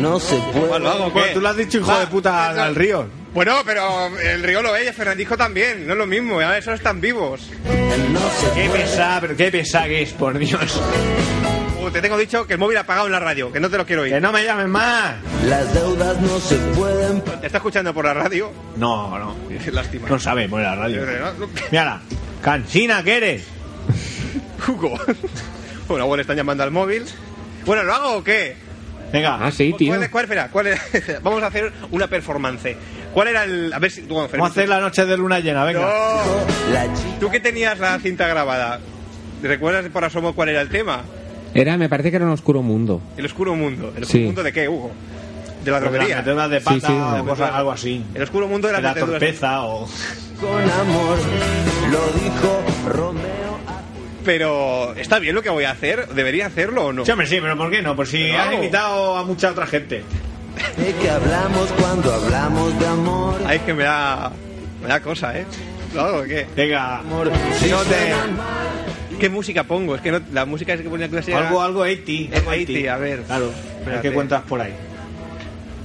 Speaker 9: no se puede.
Speaker 3: Bueno, hago,
Speaker 5: Bueno,
Speaker 3: Pues
Speaker 5: pues
Speaker 3: ¿qué?
Speaker 5: tú lo has dicho, hijo
Speaker 3: Va,
Speaker 5: de puta, al,
Speaker 3: va.
Speaker 5: al río.
Speaker 3: Bueno, pero el río lo ve y Fernandisco también, no es lo mismo, a ver, esos están vivos.
Speaker 9: No se
Speaker 5: Qué pesada, pero qué pesada que es, por Dios.
Speaker 3: Uh, te tengo dicho que el móvil apagado en la radio, que no te lo quiero
Speaker 5: Que
Speaker 3: oír.
Speaker 5: no me llamen más.
Speaker 9: Las deudas no se pueden.
Speaker 3: Te está escuchando por la radio.
Speaker 5: No, no.
Speaker 3: Qué lástima.
Speaker 5: No sabe poner la radio.
Speaker 3: ¿No?
Speaker 5: Mírala. Cansina que eres.
Speaker 3: Hugo. Bueno, bueno, están llamando al móvil. Bueno, ¿lo hago o qué?
Speaker 5: Venga.
Speaker 6: Ah, sí,
Speaker 5: Pues
Speaker 6: tío.
Speaker 3: ¿Cuál, es- cuál era? ¿Cuál era? Vamos a hacer una performance. ¿Cuál era el...? A ver si... Bueno,
Speaker 5: Vamos a hacer la noche de luna llena, venga.
Speaker 3: No.
Speaker 9: La chica
Speaker 3: Tú que tenías la cinta grabada, ¿recuerdas por asomo cuál era el tema?
Speaker 6: Era, me parece que era un oscuro mundo.
Speaker 3: El oscuro mundo. ¿El oscuro
Speaker 6: Sí.
Speaker 3: mundo de qué, Hugo? De la
Speaker 5: Las
Speaker 3: droguería.
Speaker 5: meteduras de
Speaker 6: Sí,
Speaker 5: pata
Speaker 6: sí.
Speaker 5: o cosas, algo así.
Speaker 3: El oscuro mundo de
Speaker 5: De
Speaker 3: las
Speaker 5: la
Speaker 3: meteduras.
Speaker 5: torpeza o...
Speaker 9: con amor lo dijo Romeo.
Speaker 3: Pero, ¿está bien lo que voy a hacer? ¿Debería hacerlo o no?
Speaker 5: Sí, hombre, sí, pero ¿por qué no? Por si
Speaker 3: Pero
Speaker 5: han
Speaker 3: hago.
Speaker 5: invitado a mucha otra gente.
Speaker 9: De que hablamos cuando hablamos de amor.
Speaker 3: Ay, es que me da... Me da cosa, ¿eh? ¿Lo hago o qué?
Speaker 5: Venga,
Speaker 9: Amor,
Speaker 5: si no te-
Speaker 3: ¿Qué música pongo? Es que no- la música es que ponía clase...
Speaker 5: algo, algo 80.
Speaker 3: Algo 80, a ver.
Speaker 5: Claro, pero
Speaker 3: Espérate.
Speaker 5: ¿qué cuentas por ahí?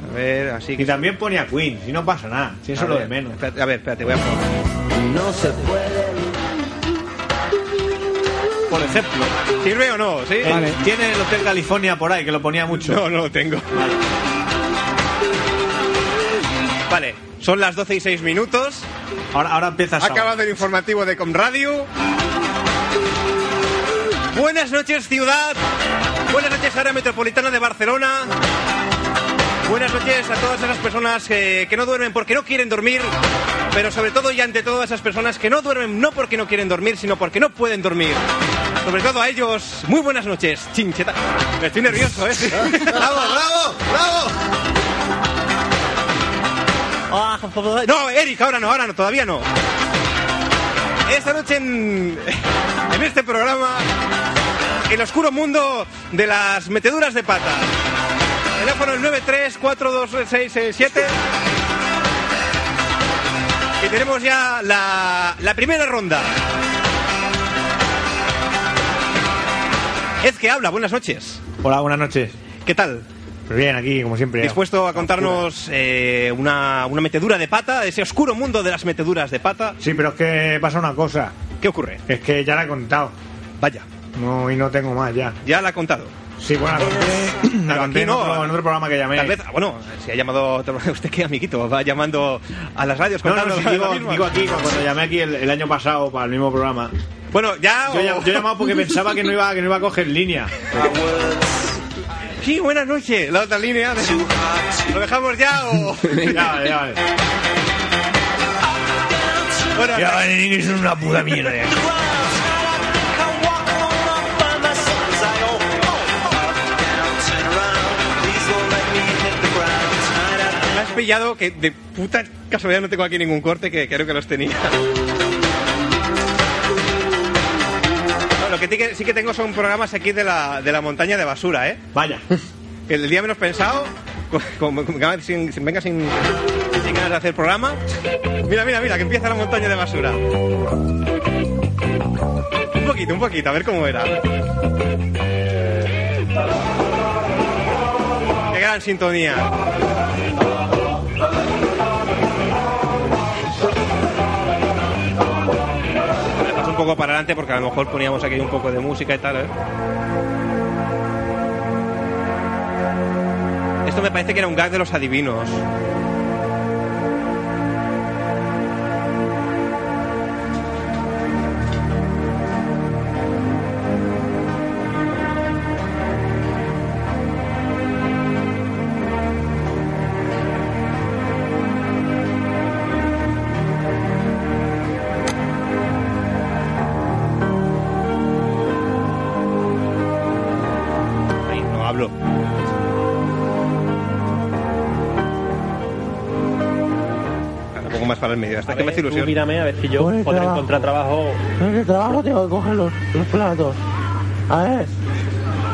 Speaker 3: A ver, así
Speaker 5: Y también ponía Queen, si no pasa nada, si
Speaker 3: A
Speaker 5: eso es lo
Speaker 3: ver,
Speaker 5: de menos.
Speaker 3: espérate, a ver, espérate, voy a poner.
Speaker 9: no se puede.
Speaker 5: Por ejemplo,
Speaker 3: ¿Sirve o no? ¿Sí?
Speaker 5: eh,
Speaker 6: Vale.
Speaker 5: tiene el Hotel California por ahí, que lo ponía mucho.
Speaker 3: No, no lo tengo.
Speaker 5: Vale.
Speaker 3: Vale, son las 12 y 6 minutos.
Speaker 5: Ahora, ahora empiezas
Speaker 3: Ha acabado el informativo de Comradio. Buenas noches, ciudad. Buenas noches, área metropolitana de Barcelona. Buenas noches a todas esas personas eh, que no duermen porque no quieren dormir, pero sobre todo y ante todo a esas personas que no duermen no porque no quieren dormir, sino porque no pueden dormir. Sobre todo a ellos, muy buenas noches, chincheta. Estoy nervioso, ¿eh? ¡Bravo, bravo, bravo! No, Eric, ahora no, ahora no, todavía no. Esta noche en, en este programa, el oscuro mundo de las meteduras de pata. Teléfono el 9342667. Y tenemos ya la, la primera ronda. Es que habla, buenas noches.
Speaker 5: Hola, buenas noches.
Speaker 3: ¿Qué tal?
Speaker 5: Pues bien, aquí, como siempre.
Speaker 3: Dispuesto a contarnos eh, una, una metedura de pata, ese oscuro mundo de las meteduras de pata.
Speaker 5: Sí, pero es que pasa una cosa,
Speaker 3: ¿Qué ocurre?
Speaker 5: es que ya la he contado.
Speaker 3: Vaya,
Speaker 5: No, y no tengo más ya.
Speaker 3: ya la ha contado.
Speaker 5: Sí, bueno, la conté, la
Speaker 3: Pero
Speaker 5: conté
Speaker 3: aquí
Speaker 5: en,
Speaker 3: no,
Speaker 5: otro, en otro programa que llamé.
Speaker 3: Tal vez, ah, bueno, si ha llamado usted que amiguito, va llamando a las radios
Speaker 5: No, no,
Speaker 3: contando
Speaker 5: sí,
Speaker 3: lo
Speaker 5: digo,
Speaker 3: mismo.
Speaker 5: digo aquí, cuando llamé aquí el, el año pasado para el mismo programa.
Speaker 3: Bueno, ya.
Speaker 5: Yo, he llam-
Speaker 3: o-
Speaker 5: yo he llamado porque pensaba que no iba, que no iba a coger línea.
Speaker 3: Sí, buenas noches. La otra línea. ¿Lo dejamos ya o.?
Speaker 5: Ya, vale, ya, vale.
Speaker 3: Bueno,
Speaker 5: Ya, vale, el inglés es una puta mierda.
Speaker 3: me has pillado que de puta casualidad no tengo aquí ningún corte que creo que los tenía. que sí que, sí que tengo son programas aquí de la, de la montaña de basura, ¿eh?
Speaker 10: Vaya.
Speaker 3: Que El día menos pensado, con- con- con- sin- sin- venga sin, sin ganas de hacer programa. Mira, mira, mira, que empieza la montaña de basura. Un poquito, un poquito, a ver cómo era. Qué gran sintonía. Vale, paso un poco para adelante porque a lo mejor poníamos aquí un poco de música y tal, ¿eh? Esto me parece que era un gag de los adivinos. Ay, no hablo. Un poco más para el medio, hasta que me hace ilusión.
Speaker 10: mírame a ver si yo podré encontrar trabajo.
Speaker 7: En el trabajo tengo que coger los, los platos. A ver,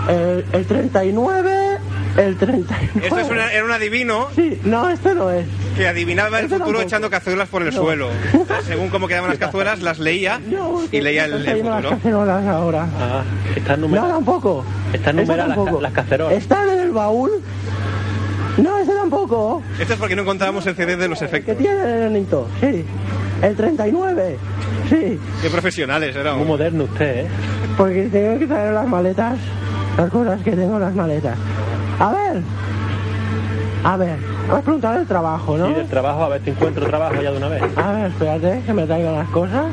Speaker 7: el, el 39, el 39.
Speaker 3: Esto es una- era un adivino
Speaker 7: Sí, no, este no es.
Speaker 3: que adivinaba el
Speaker 7: Esto
Speaker 3: futuro
Speaker 7: tampoco.
Speaker 3: echando cazuelas por el
Speaker 7: No.
Speaker 3: suelo. Según cómo quedaban las cazuelas, las leía
Speaker 7: Yo,
Speaker 3: y
Speaker 7: que
Speaker 3: leía
Speaker 7: me
Speaker 3: el,
Speaker 7: están
Speaker 3: el
Speaker 7: saliendo las
Speaker 3: futuro.
Speaker 7: cacerolas ahora.
Speaker 10: Ah, están
Speaker 7: No, tampoco.
Speaker 10: Están
Speaker 7: Ese
Speaker 10: numeradas las
Speaker 7: tampoco.
Speaker 10: ca- las cacerolas.
Speaker 7: Están en el baúl. No, ese tampoco.
Speaker 3: Esto es porque no encontrábamos el CD de los
Speaker 7: El que
Speaker 3: efectos.
Speaker 7: tiene el enanito, sí. El 39, sí.
Speaker 3: Qué profesionales éramos.
Speaker 10: moderno usted, ¿eh?
Speaker 7: Porque tengo que traer las maletas, las cosas que tengo en las maletas. A ver, a ver, has preguntado el trabajo, ¿no?
Speaker 10: trabajo, a ver si encuentro trabajo ya de una vez.
Speaker 7: A ver, espérate, que me traigan las cosas.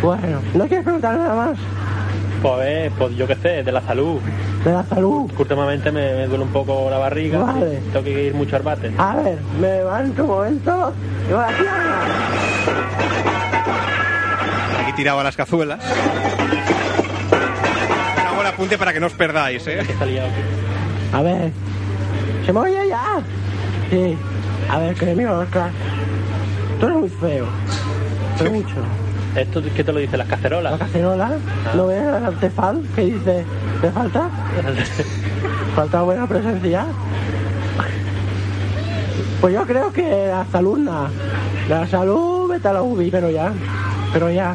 Speaker 7: Bueno, ¿no quieres preguntar nada más?
Speaker 10: Pues a ver, pues yo qué sé, de la salud.
Speaker 7: De la salud.
Speaker 10: Que Últimamente me, me duele un poco la barriga.
Speaker 7: Vale.
Speaker 10: y Tengo que ir mucho al bate.
Speaker 7: A ver, me levanto un momento y voy a tierra.
Speaker 3: Aquí tiraba las cazuelas. Hago el apunte para que no os perdáis, ¿eh?
Speaker 10: Está liado.
Speaker 7: A ver, ¿se me oye ya? Sí. A ver, que mira, Oscar. Tú eres muy feo. Pero mucho.
Speaker 10: ¿Esto qué te lo dice? ¿Las
Speaker 7: La
Speaker 10: cacerolas? Ah.
Speaker 7: cacerola, ¿no ves el artefal que dice, ¿te falta? Falta buena presencia. Pues yo creo que la alumna, la salud, vete a la UBI, pero ya, pero ya.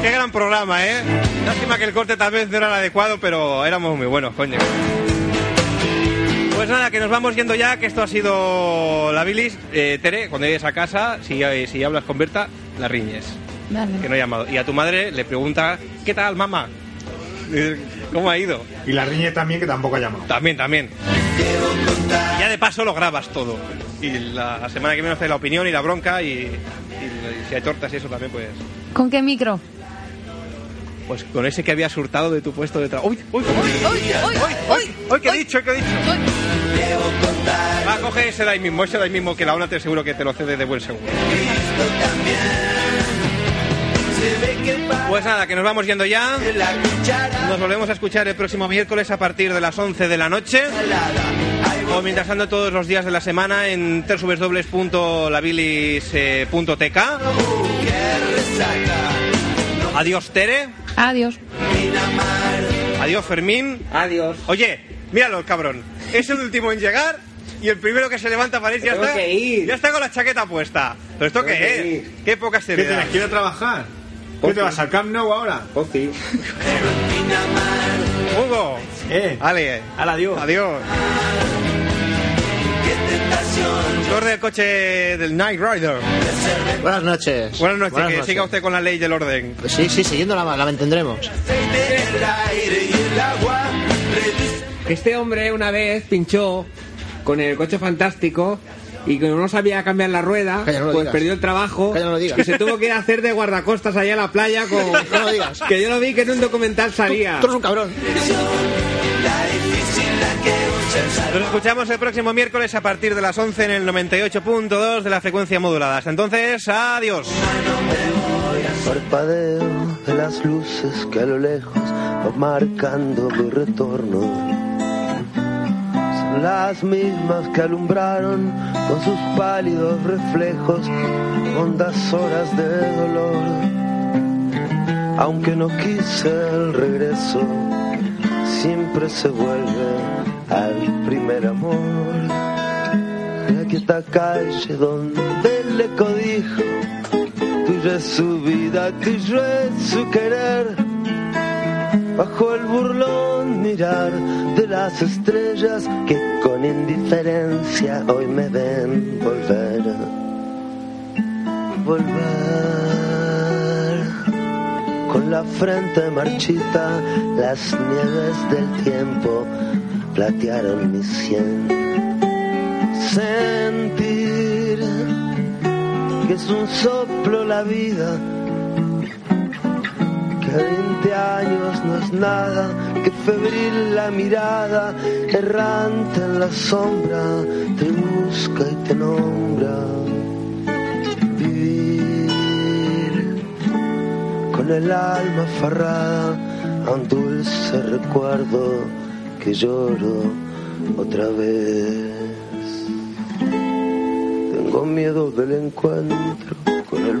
Speaker 3: Qué gran programa, ¿eh? Lástima que el corte tal vez no era el adecuado, pero éramos muy buenos, coño. Pues nada, que nos vamos yendo ya, que esto ha sido la bilis. Eh, Tere, cuando llegues a casa, si, eh, si hablas con Berta, la riñes,
Speaker 4: Dale.
Speaker 3: que no he llamado. Y a tu madre le pregunta, ¿qué tal, mamá? Eh, ¿Cómo ha ido?
Speaker 5: Y la riñe también, que tampoco ha llamado.
Speaker 3: También, también. Y ya de paso lo grabas todo. Y la semana que viene haces la opinión y la bronca y, y si hay tortas y eso también, pues...
Speaker 4: ¿Con qué micro?
Speaker 3: Pues con ese que habías hurtado de tu puesto de trabajo. ¡Uy, uy, uy!
Speaker 4: ¡Uy, uy, uy,
Speaker 3: ¡Uy, qué he
Speaker 4: uy,
Speaker 3: dicho, qué he dicho!
Speaker 4: uy!
Speaker 3: Va, coge ese de ahí mismo, ese de ahí mismo, que la ONA te seguro que te lo cede de buen seguro. Pues nada, que nos vamos yendo ya. Nos volvemos a escuchar el próximo miércoles a partir de las 11 de la noche. O mientras tanto todos los días de la semana en eh, www.labilis.tk. Adiós Tere,
Speaker 4: Adiós.
Speaker 3: adiós Fermín.
Speaker 6: Adiós.
Speaker 3: Oye, míralo el cabrón. Es el último en llegar y el primero que se levanta para ir ya
Speaker 6: Tengo
Speaker 3: está.
Speaker 6: que ir.
Speaker 3: Ya está con la chaqueta puesta. ¿Pero esto
Speaker 6: Tengo
Speaker 3: qué
Speaker 6: que
Speaker 3: es?
Speaker 6: ir.
Speaker 3: Qué poca
Speaker 5: ¿Qué
Speaker 3: seriedad.
Speaker 5: tienes que ir a trabajar? ¿Qué
Speaker 6: Ojo.
Speaker 5: te vas al Camp Nou ahora?
Speaker 6: Oh, sí.
Speaker 3: Hugo.
Speaker 5: Eh,
Speaker 3: Ale.
Speaker 10: Al adiós.
Speaker 3: Adiós. Conductor del coche del Night Rider.
Speaker 11: Buenas noches.
Speaker 3: Buenas noches, que siga usted con la ley del orden.
Speaker 11: Sí, sí, siguiéndola más, la mantendremos.
Speaker 6: Que Este hombre una vez pinchó con el coche fantástico y como no sabía cambiar la rueda,
Speaker 11: Calla, no lo
Speaker 6: pues
Speaker 11: digas.
Speaker 6: perdió el trabajo
Speaker 11: Calla, no lo digas.
Speaker 6: y se tuvo que ir a hacer de guardacostas allá a la playa con...
Speaker 11: No lo digas.
Speaker 6: Que yo lo vi que en un documental salía.
Speaker 11: Tú eres un cabrón.
Speaker 3: Nos escuchamos el próximo miércoles a partir de las 11 en el 98.2 de la frecuencia modulada. Hasta entonces, adiós.
Speaker 7: Parpadeo de las luces que a lo lejos van marcando mi retorno. Son las mismas que alumbraron con sus pálidos reflejos hondas horas de dolor. aunque no quise el regreso, siempre se vuelve al primer amor. De aquella calle donde le codijo, tuya es su vida, tuyo es su querer. Bajo el burlón mirar de las estrellas que con indiferencia hoy me ven volver, volver con la frente marchita, las nieves del tiempo platearon mi sien. Sentir que es un soplo la vida, que a 20 años no es nada, que febril la mirada, errante en la sombra, te busca y te nombra. Vivir con el alma aferrada a un dulce recuerdo que lloro otra vez. Tengo miedo del encuentro con el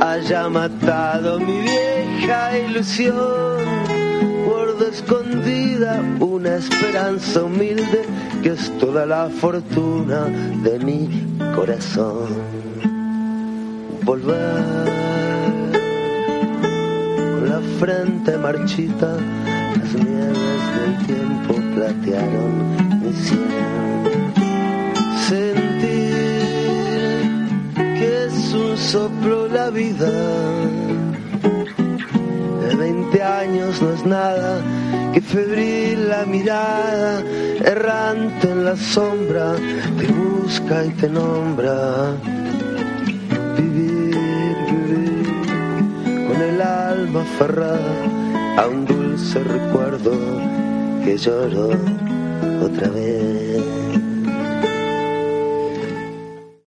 Speaker 7: haya matado mi vieja ilusión, guardo escondida una esperanza humilde que es toda la fortuna de mi corazón. Volver con la frente marchita, las nieves del tiempo platearon mi cielo. Sentir que es un soplo la vida. De 20 años no es nada que febril la mirada, errante en la sombra, te busca y te nombra. Vivir, vivir con el alma aferrada a un dulce recuerdo que lloro otra vez.